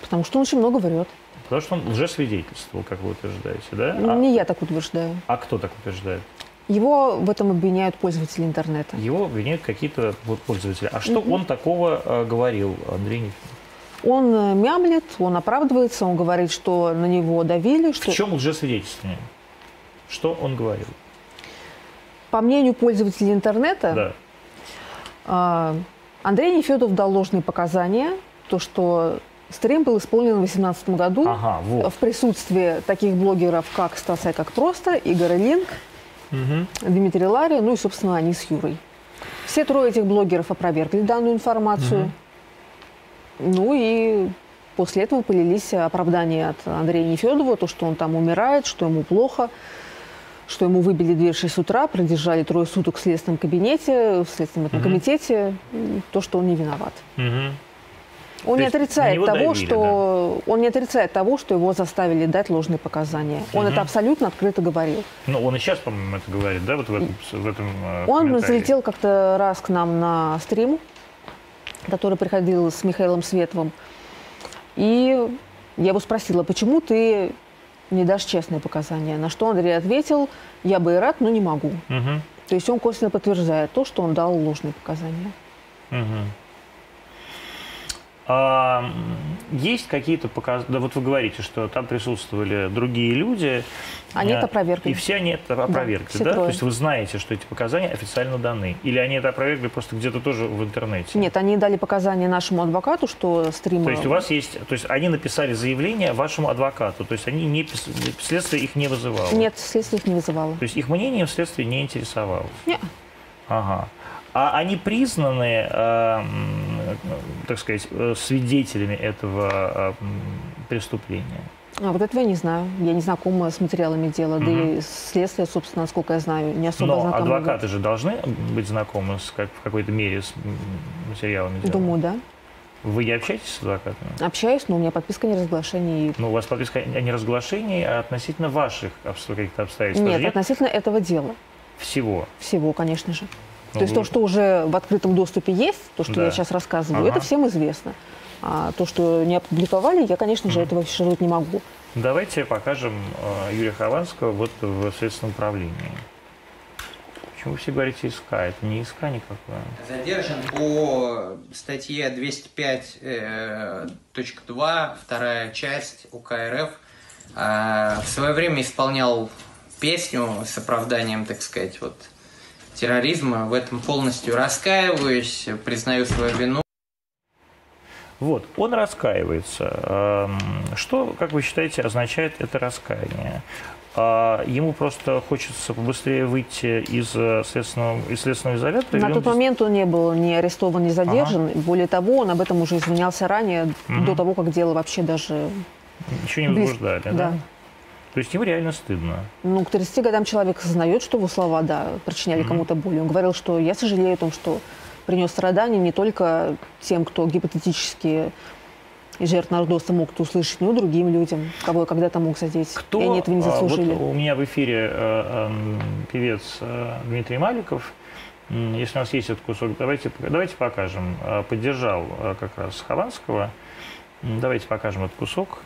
Speaker 2: потому что он очень много врет.
Speaker 1: Потому что он лжесвидетельствовал, как вы утверждаете, да? А-
Speaker 2: Не я так утверждаю.
Speaker 1: А, кто так утверждает?
Speaker 2: Его в этом обвиняют пользователи интернета.
Speaker 1: Его обвиняют какие-то вот пользователи. А что он такого э, говорил, Андрей Нефедов?
Speaker 2: Он э, мямлит, он оправдывается, он говорит, что на него давили, что
Speaker 1: В чем лжесвидетельствование? Что он говорил?
Speaker 2: по мнению пользователей интернета,
Speaker 1: Да.
Speaker 2: А, Андрей Нефедов дал ложные показания, то, что стрим был исполнен в 2018 году
Speaker 1: Ага, вот.
Speaker 2: в присутствии таких блогеров, как Стасай, как просто, Игорь Линк, Дмитрий Лария, ну и, собственно, они с Юрой. Все трое этих блогеров опровергли данную информацию. Ну и после этого полились оправдания от Андрея Нефедова, то, что он там умирает, что ему плохо, что ему выбили дверь в 6 утра, продержали трое суток в следственном кабинете, в следственном этом комитете, м, то, что он не виноват.
Speaker 1: Мгм.
Speaker 2: Он
Speaker 1: То
Speaker 2: не
Speaker 1: есть на
Speaker 2: отрицает
Speaker 1: него
Speaker 2: того,
Speaker 1: давили,
Speaker 2: что он не отрицает того, что его заставили дать ложные показания. Он это абсолютно открыто говорил.
Speaker 1: Ну, он и сейчас, по-моему, это говорит, да, вот в этом... с- В этом э,
Speaker 2: Он
Speaker 1: комментарии.
Speaker 2: залетел как-то раз к нам на стрим, который приходил с Михаилом Световым. И я его спросила, почему ты не дашь честные показания? На что Андрей ответил, я бы и рад, но не могу.
Speaker 1: Мгм.
Speaker 2: То есть он косвенно подтверждает то, что он дал ложные показания.
Speaker 1: Мгм. А, м, есть какие-то показания? Да вот вы говорите, что там присутствовали другие люди.
Speaker 2: Они
Speaker 1: э,
Speaker 2: это А опровергли.
Speaker 1: И все они это опровергли,
Speaker 2: все
Speaker 1: да? То
Speaker 2: трое.
Speaker 1: есть вы знаете, что эти показания официально даны. Или они это опровергли просто где-то тоже в интернете?
Speaker 2: Нет, они дали показания нашему адвокату, что стрим...
Speaker 1: То есть у вас есть, то есть они написали заявление вашему адвокату, то есть они не пис- следствие их не вызывало.
Speaker 2: Нет, следствие их не вызывало.
Speaker 1: То есть их мнение вследствие не интересовало.
Speaker 2: Не.
Speaker 1: Ага. А они признаны, э, м, так сказать, э, свидетелями этого э, м, преступления?
Speaker 2: А вот этого я не знаю. Я не знакома с материалами дела, да и следствие, собственно, насколько я знаю, не особо
Speaker 1: Но
Speaker 2: знакомо.
Speaker 1: адвокаты же должны быть знакомы с, как, в какой-то мере с м, материалами дела.
Speaker 2: Думаю, да.
Speaker 1: Вы не общаетесь с адвокатами?
Speaker 2: Общаюсь, но у меня подписка не разглашение.
Speaker 1: Ну, у вас подписка о неразглашении, а относительно ваших обсто- каких-то обстоятельств
Speaker 2: Нет,
Speaker 1: даже нет
Speaker 2: относительно этого дела
Speaker 1: всего.
Speaker 2: всего, конечно же.
Speaker 1: Ну,
Speaker 2: то есть то,
Speaker 1: вы-
Speaker 2: что уже в открытом доступе есть, то, что
Speaker 1: Да.
Speaker 2: я сейчас рассказываю,
Speaker 1: Ага.
Speaker 2: это всем известно. А то, что не опубликовали, я, конечно же, этого афишировать не могу.
Speaker 1: Давайте покажем э, Юрия Хованского вот в следственном управлении. Почему вы все говорите ИСК? Это не ИСК никакое.
Speaker 8: Задержан по статье 205.2, вторая часть УК РФ. А, В свое время исполнял песню с оправданием, так сказать, вот терроризма. В этом полностью раскаиваюсь, признаю свою вину.
Speaker 1: Вот, он раскаивается. Эм, Что, как вы считаете, означает это раскаяние? А, Ему просто хочется побыстрее выйти из э, следственного, из следственного изолятора? или
Speaker 2: На
Speaker 1: он
Speaker 2: тот
Speaker 1: дес-
Speaker 2: момент он не был ни арестован, ни задержан. Более того, он об этом уже извинялся ранее, до того, как дело вообще даже...
Speaker 1: Ничего не
Speaker 2: близ-
Speaker 1: возбуждали, да? То есть ему реально стыдно.
Speaker 2: Ну, к 30 годам человек осознает, что его слова, да, причиняли кому-то боль. Он говорил, что я сожалею о том, что принес страдания не только тем, кто гипотетически из жертв Нордоста могут услышать, но и другим людям, кого я когда-то мог задеть.
Speaker 1: Кто,
Speaker 2: и они этого не
Speaker 1: а, вот
Speaker 2: заслужили.
Speaker 1: у меня в эфире э, эм, певец э, Дмитрий Маликов. М, Если у нас есть этот кусок, давайте, пок- давайте покажем. Э, Поддержал э, как раз Хованского. М, Давайте покажем этот кусок.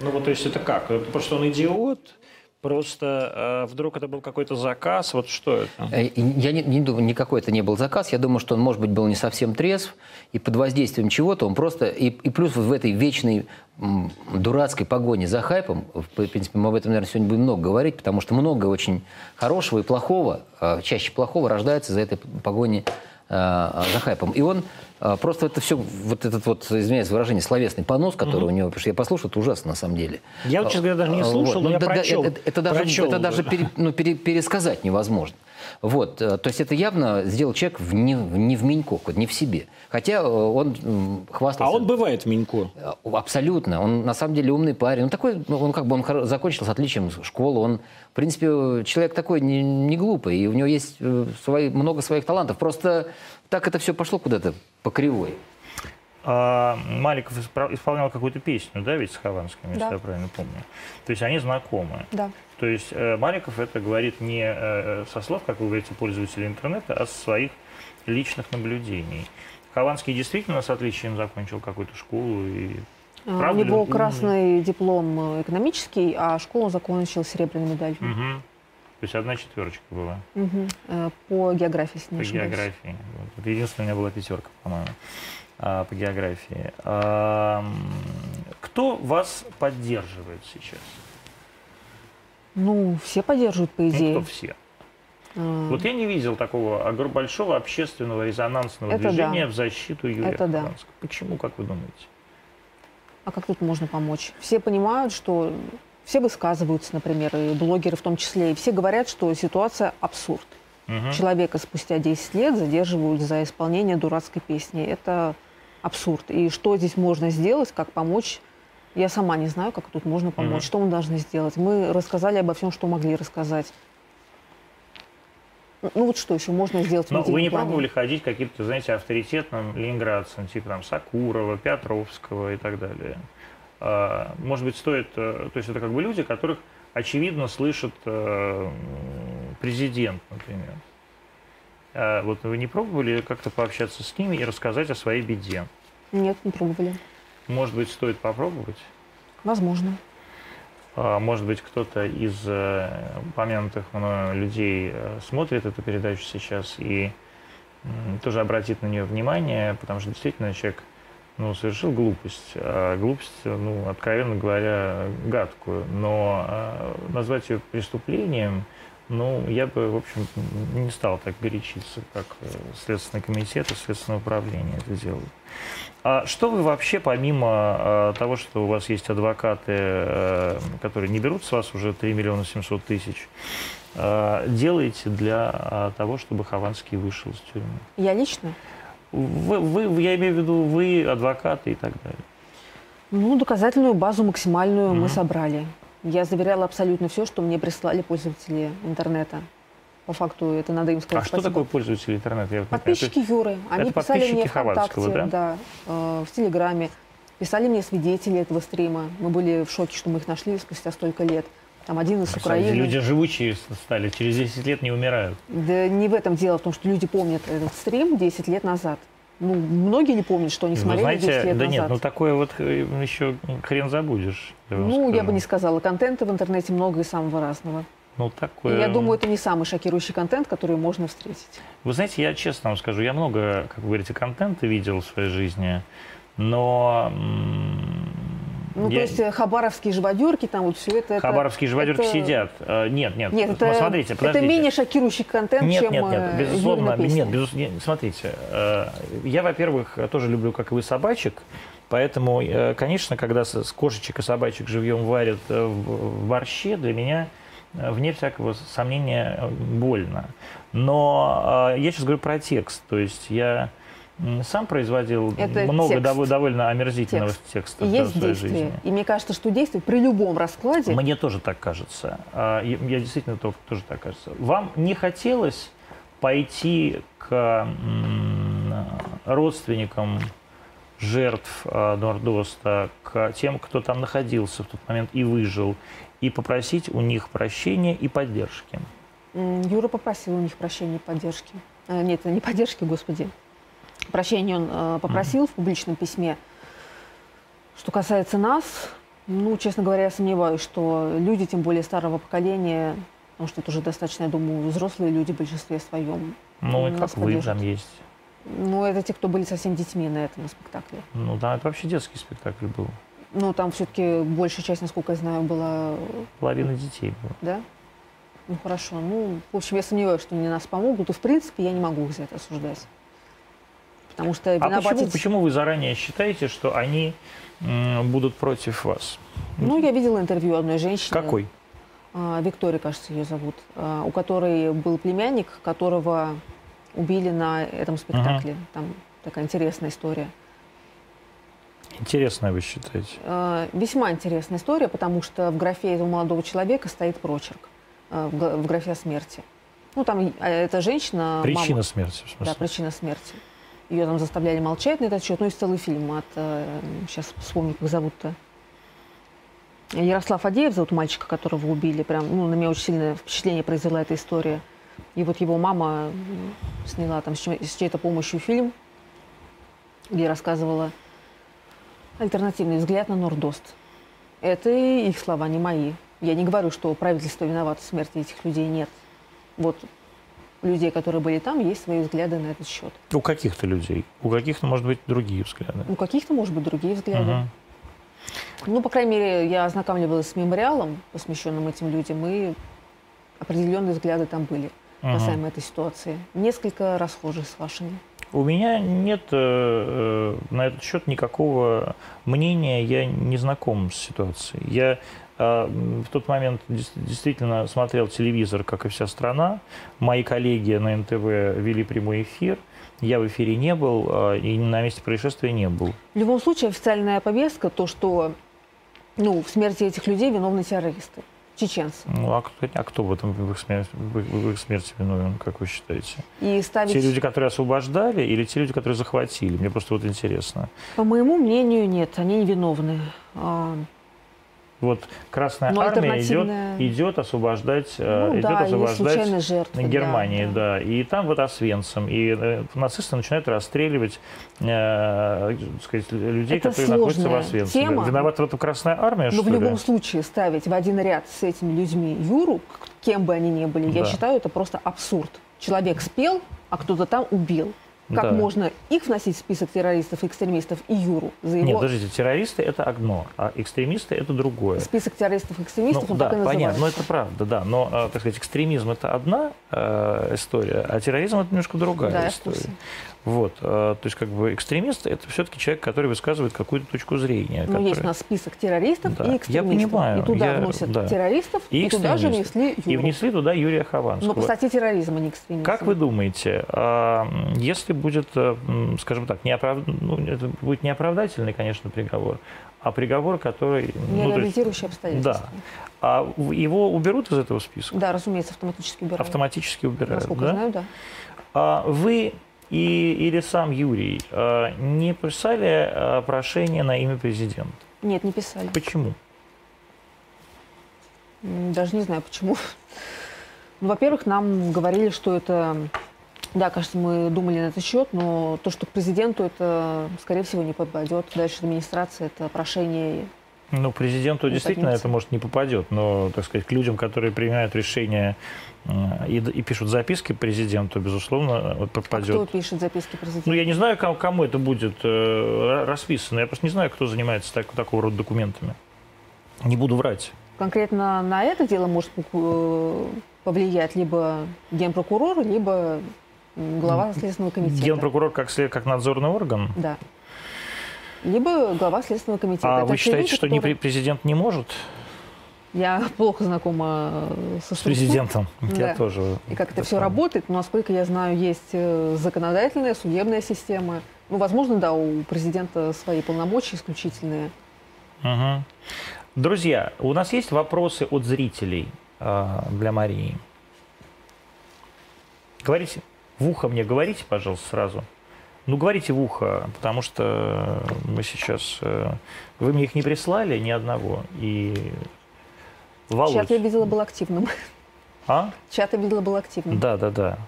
Speaker 1: Ну вот, то есть это как? Просто он идиот? Просто э, вдруг это был какой-то заказ? Вот что это?
Speaker 9: Э, и Я не, не думаю, никакой это не был заказ. Я думаю, что он, может быть, был не совсем трезв, и под воздействием чего-то он просто... И, и плюс вот в этой вечной м, дурацкой погоне за хайпом, в принципе, мы об этом, наверное, сегодня будем много говорить, потому что много очень хорошего и плохого, э, чаще плохого, рождается за этой погони э, за хайпом. И он э, просто это все, вот этот вот, извиняюсь за выражение, словесный понос, который у него, потому что я послушал, это ужасно на самом деле.
Speaker 1: Я вот, честно говоря, даже не
Speaker 9: А,
Speaker 1: слушал, но
Speaker 9: Ну,
Speaker 1: я прочел.
Speaker 9: это, это даже,
Speaker 1: Прочел
Speaker 9: это
Speaker 1: уже.
Speaker 9: даже пере- ну, пере- пересказать невозможно. Вот, э, то есть это явно сделал человек в не, в- не в Минько, какой-то, не в себе. Хотя э, он м, хвастался.
Speaker 1: А он бывает в Минько.
Speaker 9: Э, Абсолютно. Он на самом деле умный парень. Он такой, ну, он как бы он хоро- закончил с отличием школу. Он, в принципе, э, человек такой не, не глупый. И у него есть э, свои, много своих талантов. Просто так это все пошло куда-то по кривой.
Speaker 10: А, Маликов испра- исполнял какую-то песню, да, ведь с Хованским, если
Speaker 2: Да.
Speaker 10: я правильно помню. То есть они знакомы.
Speaker 2: Да.
Speaker 10: То есть э, Маликов это говорит не э, со слов, как вы говорите, пользователей интернета, а со своих личных наблюдений. Хованский действительно с отличием закончил какую-то школу и
Speaker 2: А,
Speaker 10: Правда
Speaker 2: У него
Speaker 10: ли?
Speaker 2: красный диплом э, экономический, а школу он закончил серебряной медалью.
Speaker 10: Мгм. То есть одна четверочка была
Speaker 2: Мгм. Э, По географии, если не
Speaker 10: по
Speaker 2: ошибаюсь.
Speaker 10: географии. Вот. Это единственная у меня была пятерка, по-моему, а, по географии. А, м, кто вас поддерживает сейчас?
Speaker 2: Ну, все поддерживают, по
Speaker 10: Ну, кто
Speaker 2: идее.
Speaker 10: все?
Speaker 2: А,
Speaker 10: Вот я не видел такого огр- большого общественного резонансного
Speaker 2: Это да.
Speaker 10: движения в защиту Юрия
Speaker 2: Это да.
Speaker 10: Хованского. Почему, как вы думаете?
Speaker 2: А как тут можно помочь? Все понимают, что все высказываются, например, и блогеры в том числе, и все говорят, что ситуация абсурд.
Speaker 10: Мгм.
Speaker 2: Человека спустя 10 лет задерживают за исполнение дурацкой песни. Это абсурд. И что здесь можно сделать, как помочь? Я сама не знаю, как тут можно помочь,
Speaker 10: Мгм.
Speaker 2: что мы должны сделать. Мы рассказали обо всем, что могли рассказать. Ну ну вот что еще можно сделать? в
Speaker 10: Но Ну, вы
Speaker 2: медийном
Speaker 10: не
Speaker 2: плане?
Speaker 10: пробовали ходить к каким-то, знаете, авторитетным ленинградцам, типа там Сакурова, Петровского и так далее? А, Может быть, стоит... э, То есть это как бы люди, которых, очевидно, слышит э, м, президент, например. А Вот вы не пробовали как-то пообщаться с ними и рассказать о своей беде?
Speaker 2: Нет, не пробовали.
Speaker 10: Может быть, стоит попробовать?
Speaker 2: Возможно.
Speaker 10: А, Может быть, кто-то из э, упомянутых мною людей э, смотрит эту передачу сейчас и м, тоже обратит на нее внимание, потому что действительно человек ну, совершил глупость. А глупость, э, ну, откровенно говоря, гадкую. Но э, назвать ее преступлением, ну, я бы, в общем, не стал так горячиться, как э, Следственный комитет и Следственное управление это делают. А что вы вообще, помимо э, того, что у вас есть адвокаты, э, которые не берут с вас уже 3 миллиона 700 тысяч, э, делаете для э, того, чтобы Хованский вышел из тюрьмы?
Speaker 2: Я лично?
Speaker 10: Вы, вы- я имею в виду, вы адвокаты и так далее.
Speaker 2: Ну, доказательную базу максимальную мы
Speaker 10: Мгм.
Speaker 2: собрали. Я заверяла абсолютно все, что мне прислали пользователи интернета. По факту это надо им сказать
Speaker 10: а что
Speaker 2: спасибо.
Speaker 10: такое пользователь интернета? Я вот не понимаю. То есть-
Speaker 2: Подписчики Юры. Они
Speaker 10: это
Speaker 2: писали
Speaker 10: подписчики
Speaker 2: мне ВКонтакте,
Speaker 10: Хованского, да?
Speaker 2: э, в Телеграме. Писали мне свидетели этого стрима. Мы были в шоке, что мы их нашли спустя столько лет. Там один из Украины.
Speaker 10: Люди живучие стали, через 10 лет не умирают.
Speaker 2: Да не в этом дело, в том, что люди помнят этот стрим 10 лет назад. Ну, многие не помнят, что они
Speaker 10: Вы
Speaker 2: смотрели 10
Speaker 10: Ну, знаете,
Speaker 2: лет
Speaker 10: да
Speaker 2: назад.
Speaker 10: нет, ну такое вот э, еще хрен забудешь. я вам
Speaker 2: ну, я
Speaker 10: скажу.
Speaker 2: бы не сказала. Контента в интернете много и самого разного.
Speaker 10: Ну,
Speaker 2: И
Speaker 10: такое...
Speaker 2: я думаю, это не самый шокирующий контент, который можно встретить.
Speaker 10: Вы знаете, я честно вам скажу, я много, как вы говорите, контента видел в своей жизни, но... м,
Speaker 2: Ну,
Speaker 10: я-
Speaker 2: то есть э, хабаровские живодерки, там вот все это... это-
Speaker 10: хабаровские живодерки
Speaker 2: это-
Speaker 10: сидят. Э, Нет, нет,
Speaker 2: Нет,
Speaker 10: ну,
Speaker 2: это,
Speaker 10: смотрите,
Speaker 2: это
Speaker 10: подождите.
Speaker 2: менее шокирующий контент,
Speaker 10: нет,
Speaker 2: чем
Speaker 10: нет,
Speaker 2: э,
Speaker 10: нет, безусловно,
Speaker 2: Юрина песня.
Speaker 10: нет, безус- нет, смотрите, э, я, во-первых, тоже люблю, как и вы, собачек, поэтому, э, конечно, когда с с кошечек и собачек живьем варят э, в в борще, для меня э, вне всякого сомнения э, больно. Но э, я сейчас говорю про текст, то есть я м, сам производил
Speaker 2: Это
Speaker 10: много
Speaker 2: текст.
Speaker 10: дов- довольно омерзительного
Speaker 2: Текст.
Speaker 10: текста
Speaker 2: И
Speaker 10: да, в
Speaker 2: есть
Speaker 10: своей
Speaker 2: действие.
Speaker 10: жизни.
Speaker 2: И мне кажется, что действие при любом раскладе...
Speaker 10: Мне тоже так кажется. А, Я я действительно то- тоже так кажется. Вам не хотелось пойти к м, родственникам жертв а, Нордоста, к тем, кто там находился в тот момент и выжил, и попросить у них прощения и поддержки?
Speaker 2: М, Юра попросил у них прощения и поддержки. Э, Нет, не поддержки, господи. Прощения он э, попросил в публичном письме. Что касается нас, ну, честно говоря, я сомневаюсь, что люди, тем более старого поколения, потому что это уже достаточно, я думаю, взрослые люди в большинстве своем.
Speaker 10: Ну, и
Speaker 2: Нас
Speaker 10: как вы
Speaker 2: поддержат.
Speaker 10: там есть.
Speaker 2: Ну, это те, кто были совсем детьми на этом спектакле.
Speaker 10: Ну, да, это вообще детский спектакль был.
Speaker 2: Ну, там все-таки большая часть, насколько я знаю, была, э,
Speaker 10: Половина детей было.
Speaker 2: да? Ну, хорошо. Ну, в общем, я сомневаюсь, что они нас помогут. И, в принципе, я не могу их за это осуждать. Потому что
Speaker 10: А почему,
Speaker 2: виноватить-
Speaker 10: почему вы заранее считаете, что они м, будут против вас?
Speaker 2: Ну, я видела интервью одной женщины.
Speaker 10: Какой?
Speaker 2: а, Виктория, кажется, ее зовут, а, у которой был племянник, которого убили на этом спектакле. Там такая интересная история.
Speaker 1: Интересно, вы считаете?
Speaker 2: Э, Весьма интересная история, потому что в графе этого молодого человека стоит прочерк э, в г- в графе о смерти. Ну, там э, эта женщина...
Speaker 1: Причина
Speaker 2: мама-
Speaker 1: смерти, в
Speaker 2: Да,
Speaker 1: смысле.
Speaker 2: причина смерти. Ее там заставляли молчать на этот счет. Ну, есть целый фильм от... э, Сейчас вспомню, как зовут-то. Ярослав Адеев зовут мальчика, которого убили. Прям, ну, на меня очень сильное впечатление произвела эта история. И вот его мама м, сняла там с чё- с чьей-то помощью фильм, где рассказывала альтернативный взгляд на Нордост. Это их слова, не мои. Я не говорю, что правительство виновато в смерти этих людей, нет. Вот у людей, которые были там, есть свои взгляды на этот счет.
Speaker 1: У каких-то людей. У каких-то, может быть, другие взгляды.
Speaker 2: У Ну, каких-то, может быть, другие взгляды.
Speaker 1: Мгм.
Speaker 2: Ну, по крайней мере, я ознакомливалась с мемориалом, посвященным этим людям, и определенные взгляды там были
Speaker 1: Мгм.
Speaker 2: касаемо этой ситуации. Несколько расхожих с вашими.
Speaker 1: У меня нет э, э, на этот счет никакого мнения, я не знаком с ситуацией. Я э, в тот момент дес- действительно смотрел телевизор, как и вся страна. Мои коллеги на НТВ вели прямой эфир. Я в эфире не был э, и на месте происшествия не был.
Speaker 2: В любом случае, официальная повестка, то, что ну, в смерти этих людей виновны террористы, чеченцы.
Speaker 1: Ну, а кто, а кто в этом в их, смер- в их- в их смерти виновен, как вы считаете?
Speaker 2: И ставить...
Speaker 1: Те люди, которые освобождали, или те люди, которые захватили? Мне просто вот интересно.
Speaker 2: По моему мнению, нет, они невиновны. А,
Speaker 1: Вот Красная
Speaker 2: Ну,
Speaker 1: Армия идет,
Speaker 2: альтернативная-
Speaker 1: идет освобождать, э,
Speaker 2: ну
Speaker 1: идет
Speaker 2: да, есть
Speaker 1: освобождать
Speaker 2: случайные жертвы. да,
Speaker 1: Германии,
Speaker 2: да.
Speaker 1: да. И там вот Освенцим. И э, нацисты начинают расстреливать э, так сказать, людей,
Speaker 2: Это
Speaker 1: которые находятся в
Speaker 2: сложная
Speaker 1: Освенциме.
Speaker 2: тема.
Speaker 1: Виновата в этом Красная Армия,
Speaker 2: Но
Speaker 1: что
Speaker 2: Ну, в любом
Speaker 1: ли?
Speaker 2: случае ставить в один ряд с этими людьми Юру, к- кем бы они ни были, я
Speaker 1: Да.
Speaker 2: считаю, это просто абсурд. Человек спел, а кто-то там убил. Как
Speaker 1: Да.
Speaker 2: можно их вносить в список террористов и экстремистов и Юру за его
Speaker 1: Нет, подождите, террористы – это одно, а экстремисты – это другое.
Speaker 2: список террористов и экстремистов,
Speaker 1: Ну,
Speaker 2: он
Speaker 1: да,
Speaker 2: так и
Speaker 1: понятно,
Speaker 2: называется.
Speaker 1: но это правда, да. Но, э, так сказать, экстремизм это одна э, история, а терроризм это немножко другая
Speaker 2: Да, Ну, я в
Speaker 1: история.
Speaker 2: курсе.
Speaker 1: Вот, э, то есть как бы экстремист это все-таки человек, который высказывает какую-то точку зрения.
Speaker 2: Но Ну, есть
Speaker 1: которая-
Speaker 2: у нас список террористов
Speaker 1: Да.
Speaker 2: и
Speaker 1: Я
Speaker 2: экстремистов.
Speaker 1: понимаю,
Speaker 2: и туда
Speaker 1: я-
Speaker 2: вносят
Speaker 1: да.
Speaker 2: террористов,
Speaker 1: И
Speaker 2: и, туда же
Speaker 1: экстремистов.
Speaker 2: внесли Юру.
Speaker 1: И внесли туда Юрия Хованского.
Speaker 2: Но по статье терроризма, а не экстремизм.
Speaker 1: Как вы думаете, а, м, если будет, э, м, скажем так, неоправ... ну, это будет не оправдательный, конечно, приговор, а приговор, который...
Speaker 2: Не
Speaker 1: ну, то есть-
Speaker 2: реабилитирующие обстоятельства.
Speaker 1: Да. А в- его уберут из этого списка?
Speaker 2: Да, разумеется, автоматически убирают.
Speaker 1: Автоматически убирают,
Speaker 2: Насколько
Speaker 1: да?
Speaker 2: я знаю, да.
Speaker 1: А Вы и, или сам Юрий а, не писали а, прошение на имя президента?
Speaker 2: Нет, не писали.
Speaker 1: Почему?
Speaker 2: М, Даже не знаю, почему. Ну, во-первых, нам говорили, что это... Да, кажется, мы думали на этот счет, но то, что к президенту это, скорее всего, не попадет. Дальше администрация, это прошение.
Speaker 1: Ну, президенту
Speaker 2: Ну,
Speaker 1: действительно
Speaker 2: поднимется.
Speaker 1: это, может, не попадет, но, так сказать, к людям, которые принимают решения э, и, д- и пишут записки президенту, безусловно, вот
Speaker 2: А кто
Speaker 1: попадет.
Speaker 2: пишет записки президенту?
Speaker 1: Ну, я не знаю, кому, кому это будет э, ра- расписано. Я просто не знаю, кто занимается так- такого рода документами. Не буду врать.
Speaker 2: Конкретно на это дело может э, повлиять либо генпрокурор, либо м, глава Следственного комитета.
Speaker 1: Генпрокурор как, след- как надзорный орган.
Speaker 2: Да. Либо глава Следственного комитета.
Speaker 1: А
Speaker 2: Это
Speaker 1: вы
Speaker 2: те
Speaker 1: считаете,
Speaker 2: люди,
Speaker 1: что не
Speaker 2: которые-
Speaker 1: пре- президент не может?
Speaker 2: Я плохо знакома э, со
Speaker 1: С
Speaker 2: структурой.
Speaker 1: президентом. Я
Speaker 2: Да.
Speaker 1: тоже.
Speaker 2: и как это
Speaker 1: так
Speaker 2: все
Speaker 1: само.
Speaker 2: работает. Но, насколько я знаю, есть э, законодательная, судебная система. Ну, возможно, да, у президента свои полномочия исключительные.
Speaker 1: Мгм. Друзья, у нас есть вопросы от зрителей а, для Марии. Говорите в ухо мне, говорите, пожалуйста, сразу. Ну, говорите в ухо, потому что мы сейчас... э, Вы мне их не прислали ни одного. И... Володь.
Speaker 2: Чат я видела был активным.
Speaker 1: А?
Speaker 2: Чат я видела был активным.
Speaker 1: Да, да, да.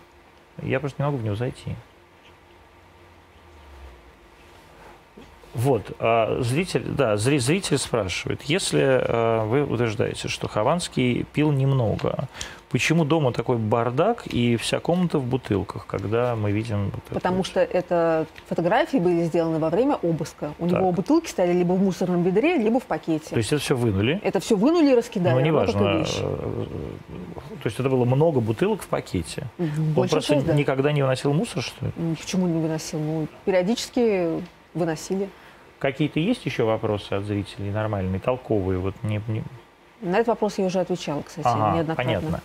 Speaker 1: Я просто не могу в него зайти. Вот, а, зритель, да, зри- зритель спрашивает, если а, вы утверждаете, что Хованский пил немного, почему дома такой бардак и вся комната в бутылках, когда мы видим... вот это
Speaker 2: Потому
Speaker 1: вот?
Speaker 2: что это фотографии были сделаны во время обыска. У него
Speaker 1: Так.
Speaker 2: бутылки стояли либо в мусорном ведре, либо в пакете.
Speaker 1: То есть это все вынули,
Speaker 2: Это все вынули и раскидали.
Speaker 1: но
Speaker 2: равно как и
Speaker 1: неважно.
Speaker 2: вещи.
Speaker 1: э, То есть это было много бутылок в пакете. Он
Speaker 2: Большая
Speaker 1: просто
Speaker 2: часть, да.
Speaker 1: никогда не выносил мусор, что ли?
Speaker 2: Ну, Почему не выносил? Ну, периодически выносили.
Speaker 1: Какие-то есть еще вопросы от зрителей нормальные, толковые? Вот не, не-
Speaker 2: На этот вопрос я уже отвечала, кстати,
Speaker 1: Ага,
Speaker 2: неоднократно.
Speaker 1: понятно.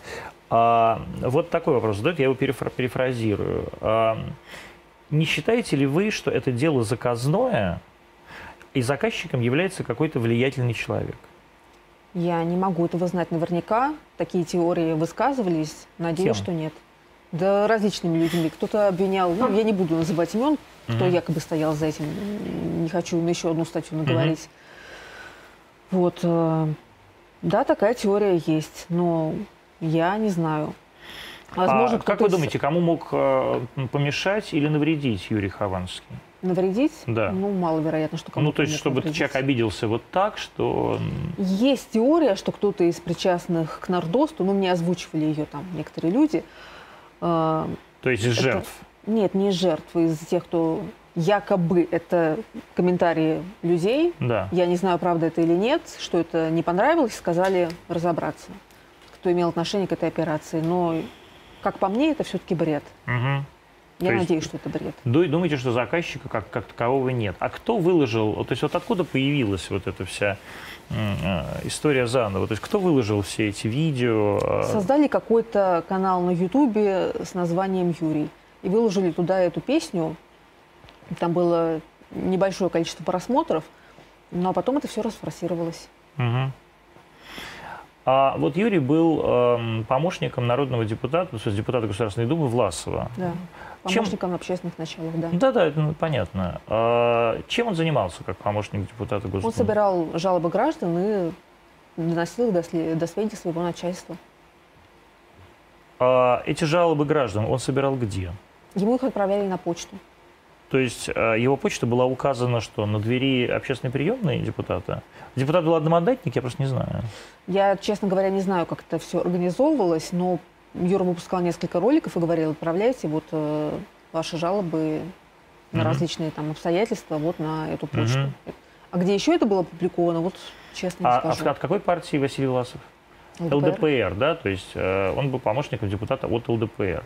Speaker 1: А, вот такой вопрос задают, я его перефра- перефразирую. А, не считаете ли вы, что это дело заказное, и заказчиком является какой-то влиятельный человек?
Speaker 2: Я не могу этого знать наверняка. Такие теории высказывались. Надеюсь,
Speaker 1: Кем?
Speaker 2: что нет. Да различными людьми. Кто-то обвинял, ну, я не буду называть имен, кто
Speaker 1: Мгм.
Speaker 2: якобы стоял за этим. Не хочу на еще одну статью наговорить. Вот. э, Да, такая теория есть, но я не знаю. Возможно,
Speaker 1: А как
Speaker 2: кто-то
Speaker 1: вы
Speaker 2: из-
Speaker 1: думаете, кому мог э, помешать или навредить Юрий Хованский?
Speaker 2: навредить?
Speaker 1: Да.
Speaker 2: Ну, маловероятно, что кому-то
Speaker 1: Ну, то есть,
Speaker 2: нет
Speaker 1: чтобы этот
Speaker 2: навредить.
Speaker 1: человек обиделся вот так, что... м,
Speaker 2: Есть теория, что кто-то из причастных к нардосту, ну, мне озвучивали ее там некоторые люди, э,
Speaker 1: То есть, из
Speaker 2: Это-
Speaker 1: жертв.
Speaker 2: нет, не из жертв, из тех, кто якобы это комментарии людей,
Speaker 1: Да.
Speaker 2: я не знаю, правда это или нет, что это не понравилось, сказали разобраться, кто имел отношение к этой операции, но, как по мне, это все-таки бред.
Speaker 1: Мгм.
Speaker 2: Я
Speaker 1: То есть-
Speaker 2: надеюсь, что это бред.
Speaker 1: Ду- Думаете, что заказчика как, как такового нет. А кто выложил, вот, то есть вот откуда появилась вот эта вся м, э, история заново? То есть кто выложил все эти видео? э,
Speaker 2: Создали какой-то канал на Ютубе с названием Юрий и выложили туда эту песню. Там было небольшое количество просмотров, но потом это все расфорсировалось.
Speaker 1: Э, Мгм. А вот Юрий был эм, помощником народного депутата, то есть депутата Государственной Думы Власова.
Speaker 2: Да.
Speaker 1: Чем-
Speaker 2: Помощником на общественных началах, да.
Speaker 1: Да-да, это ну, понятно. А чем он занимался как помощник депутата Госдумы?
Speaker 2: Он собирал жалобы граждан и доносил их до, сле- до сведения своего начальства.
Speaker 1: А эти жалобы граждан он собирал где?
Speaker 2: Ему их отправляли на почту.
Speaker 1: То есть э, его почта была указана, что на двери общественной приемной депутата. Депутат был одномандатник, я просто не знаю.
Speaker 2: Я, честно говоря, не знаю, как это все организовывалось, но Юра выпускал несколько роликов и говорил, отправляйте вот э, ваши жалобы на
Speaker 1: Мгм.
Speaker 2: различные там обстоятельства вот на эту почту.
Speaker 1: Мгм.
Speaker 2: А где еще это было опубликовано, вот честно
Speaker 1: А
Speaker 2: не
Speaker 1: от,
Speaker 2: скажу.
Speaker 1: от какой партии Василий Власов?
Speaker 2: ЛДПР.
Speaker 1: ЛДПР, да, то есть э, он был помощником депутата от ЛДПР.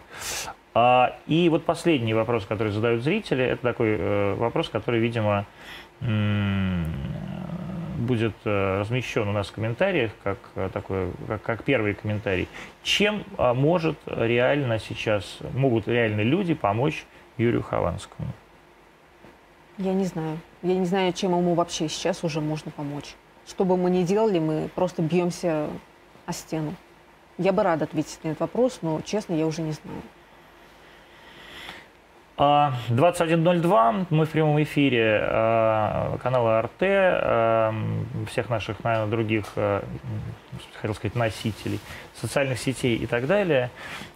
Speaker 1: А, и вот последний вопрос, который задают зрители, это такой э, вопрос, который, видимо, м, будет э, размещен у нас в комментариях, как, э, такой, как, как первый комментарий. Чем а, может реально сейчас, могут реально люди помочь Юрию Хованскому?
Speaker 2: Я не знаю. Я не знаю, чем ему вообще сейчас уже можно помочь. Что бы мы ни делали, мы просто бьемся о стену. Я бы рада ответить на этот вопрос, но, честно, я уже не знаю.
Speaker 1: А, 21.02, мы в прямом эфире а, канала РТ, ам, всех наших, наверное, других, а, м, хотел сказать, носителей, социальных сетей и так далее.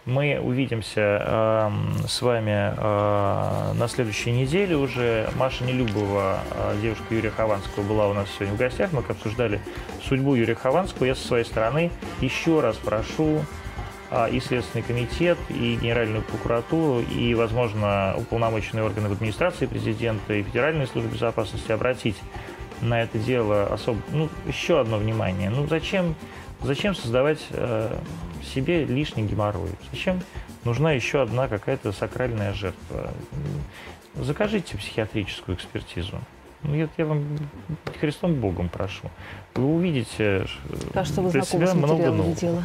Speaker 1: Мы увидимся ам, с вами а, на следующей неделе уже. Маша Нелюбова, а, девушка Юрия Хованского, была у нас сегодня в гостях. Мы обсуждали судьбу Юрия Хованского. Я со своей стороны еще раз прошу а, и Следственный комитет, и Генеральную прокуратуру, и, возможно, уполномоченные органы в администрации президента и Федеральной службы безопасности обратить на это дело особо, ну, еще одно внимание. Ну, зачем, зачем создавать э, себе лишний геморрой? Зачем нужна еще одна какая-то сакральная жертва? М, Закажите психиатрическую экспертизу. Ну, я, я вам Христом Богом прошу. Вы увидите ш-
Speaker 2: Кажется, вы
Speaker 1: для себя
Speaker 2: знакомы с
Speaker 1: много
Speaker 2: материалами
Speaker 1: нового.
Speaker 2: дела.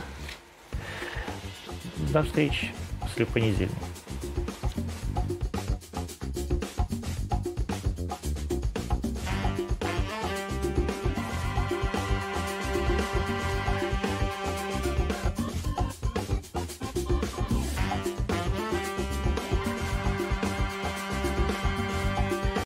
Speaker 1: До встречи после понедельника.